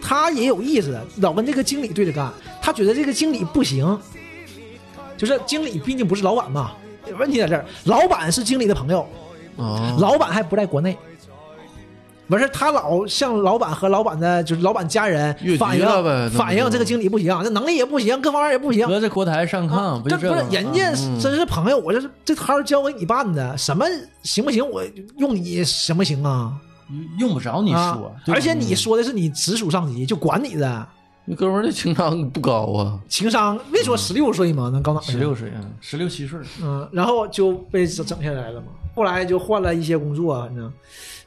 他也有意思，老跟这个经理对着干，他觉得这个经理不行，就是经理毕竟不是老板嘛。问题在这儿，老板是经理的朋友，
哦，
老板还不在国内。完事儿他老向老板和老板的，就是老板家人
越级
反映
了呗那不就
反映这个经理不行，这能力也不行，各方面也不行，
搁在国台上炕，
啊
不
这
就
不
个
是
吗
人家
嗯
真是朋友，我这是这摊儿交给你办的，什么行不行？我用你什么行啊？
嗯用不着你说
啊，
对吧嗯
而且你说的是你直属上级，就管你的，
那哥们儿这情商不高啊，
情商没说十六岁嘛，能高哪儿去
嗯十六岁，嗯，十六七岁，
嗯，然后就被整整下来了嘛。后来就换了一些工作，啊反正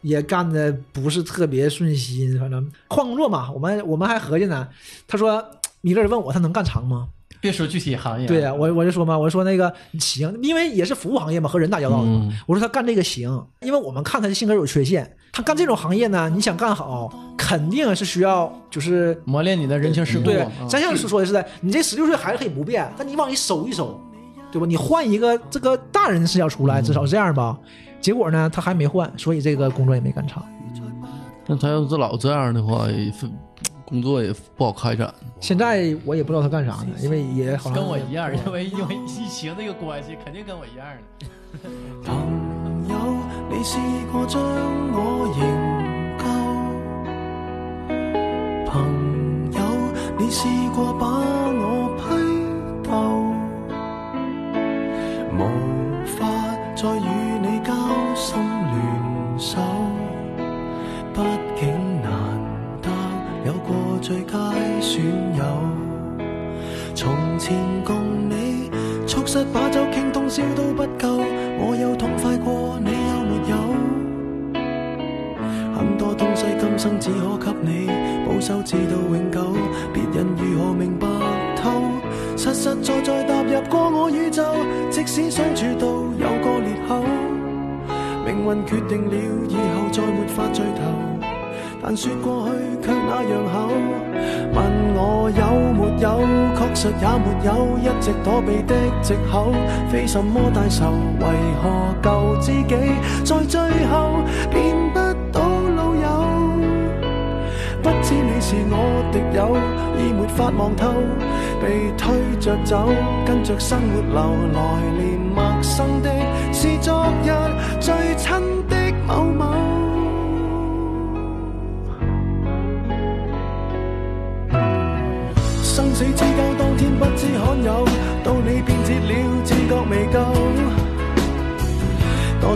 也干的不是特别顺心，反正换工作嘛。我们我们还合计呢，他说米勒问我他能干长吗？
别说具体行业，
对呀、我我就说嘛，我说那个行，因为也是服务行业嘛，和人打交道的嘛。我说他干这个行，因为我们看他的性格有缺陷，他干这种行业呢，你想干好，肯定是需要就是
磨练你的人情世故。
对
嗯，
咱像说的是的，你这十六岁孩子可以不变，但你往里收一收，对吧？你换一个这个大人视角出来，至少这样吧。结果呢，他还没换，所以这个工作也没干长。
那他要是老这样的话，也分工作也不好开展。
现在我也不知道他干啥呢，因为也好像
跟我一样，因为因为疫情这个关系，肯定跟我一样的。
朋友，你试过将我营救？朋友，你试过把我批斗？無法再與你交心聯手，畢竟難得有過最佳損友。從前共你促膝把酒傾通宵都不夠，我有痛快過，你有沒有？很多東西今生只可給你保守至到永久，別人如何明白透？實實在在踏入過我宇宙，即使相處到有個裂口，命運決定了以後再沒法聚頭。但說過去卻那樣厚。問我有沒有，確實也沒有，一直躲避的藉口，非什麼大仇，為何舊知己在最後變不到老友？不知你是我敵友，已沒法望透，被推着走，跟着生活流來年陌生的，是昨日最親的某某。生死之交，當天不知罕有，到你變節了，自覺未夠。多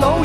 老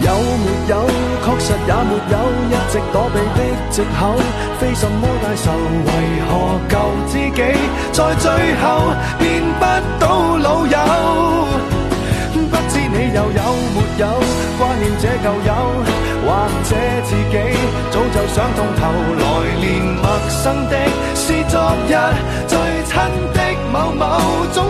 有沒有？確實也沒有，一直躲避的藉口，非什麼大仇，為何舊知己在最後變不到老友？不知你又有沒有掛念這舊友，或者自己早就想通透，來陌生的，是昨日最亲的某某种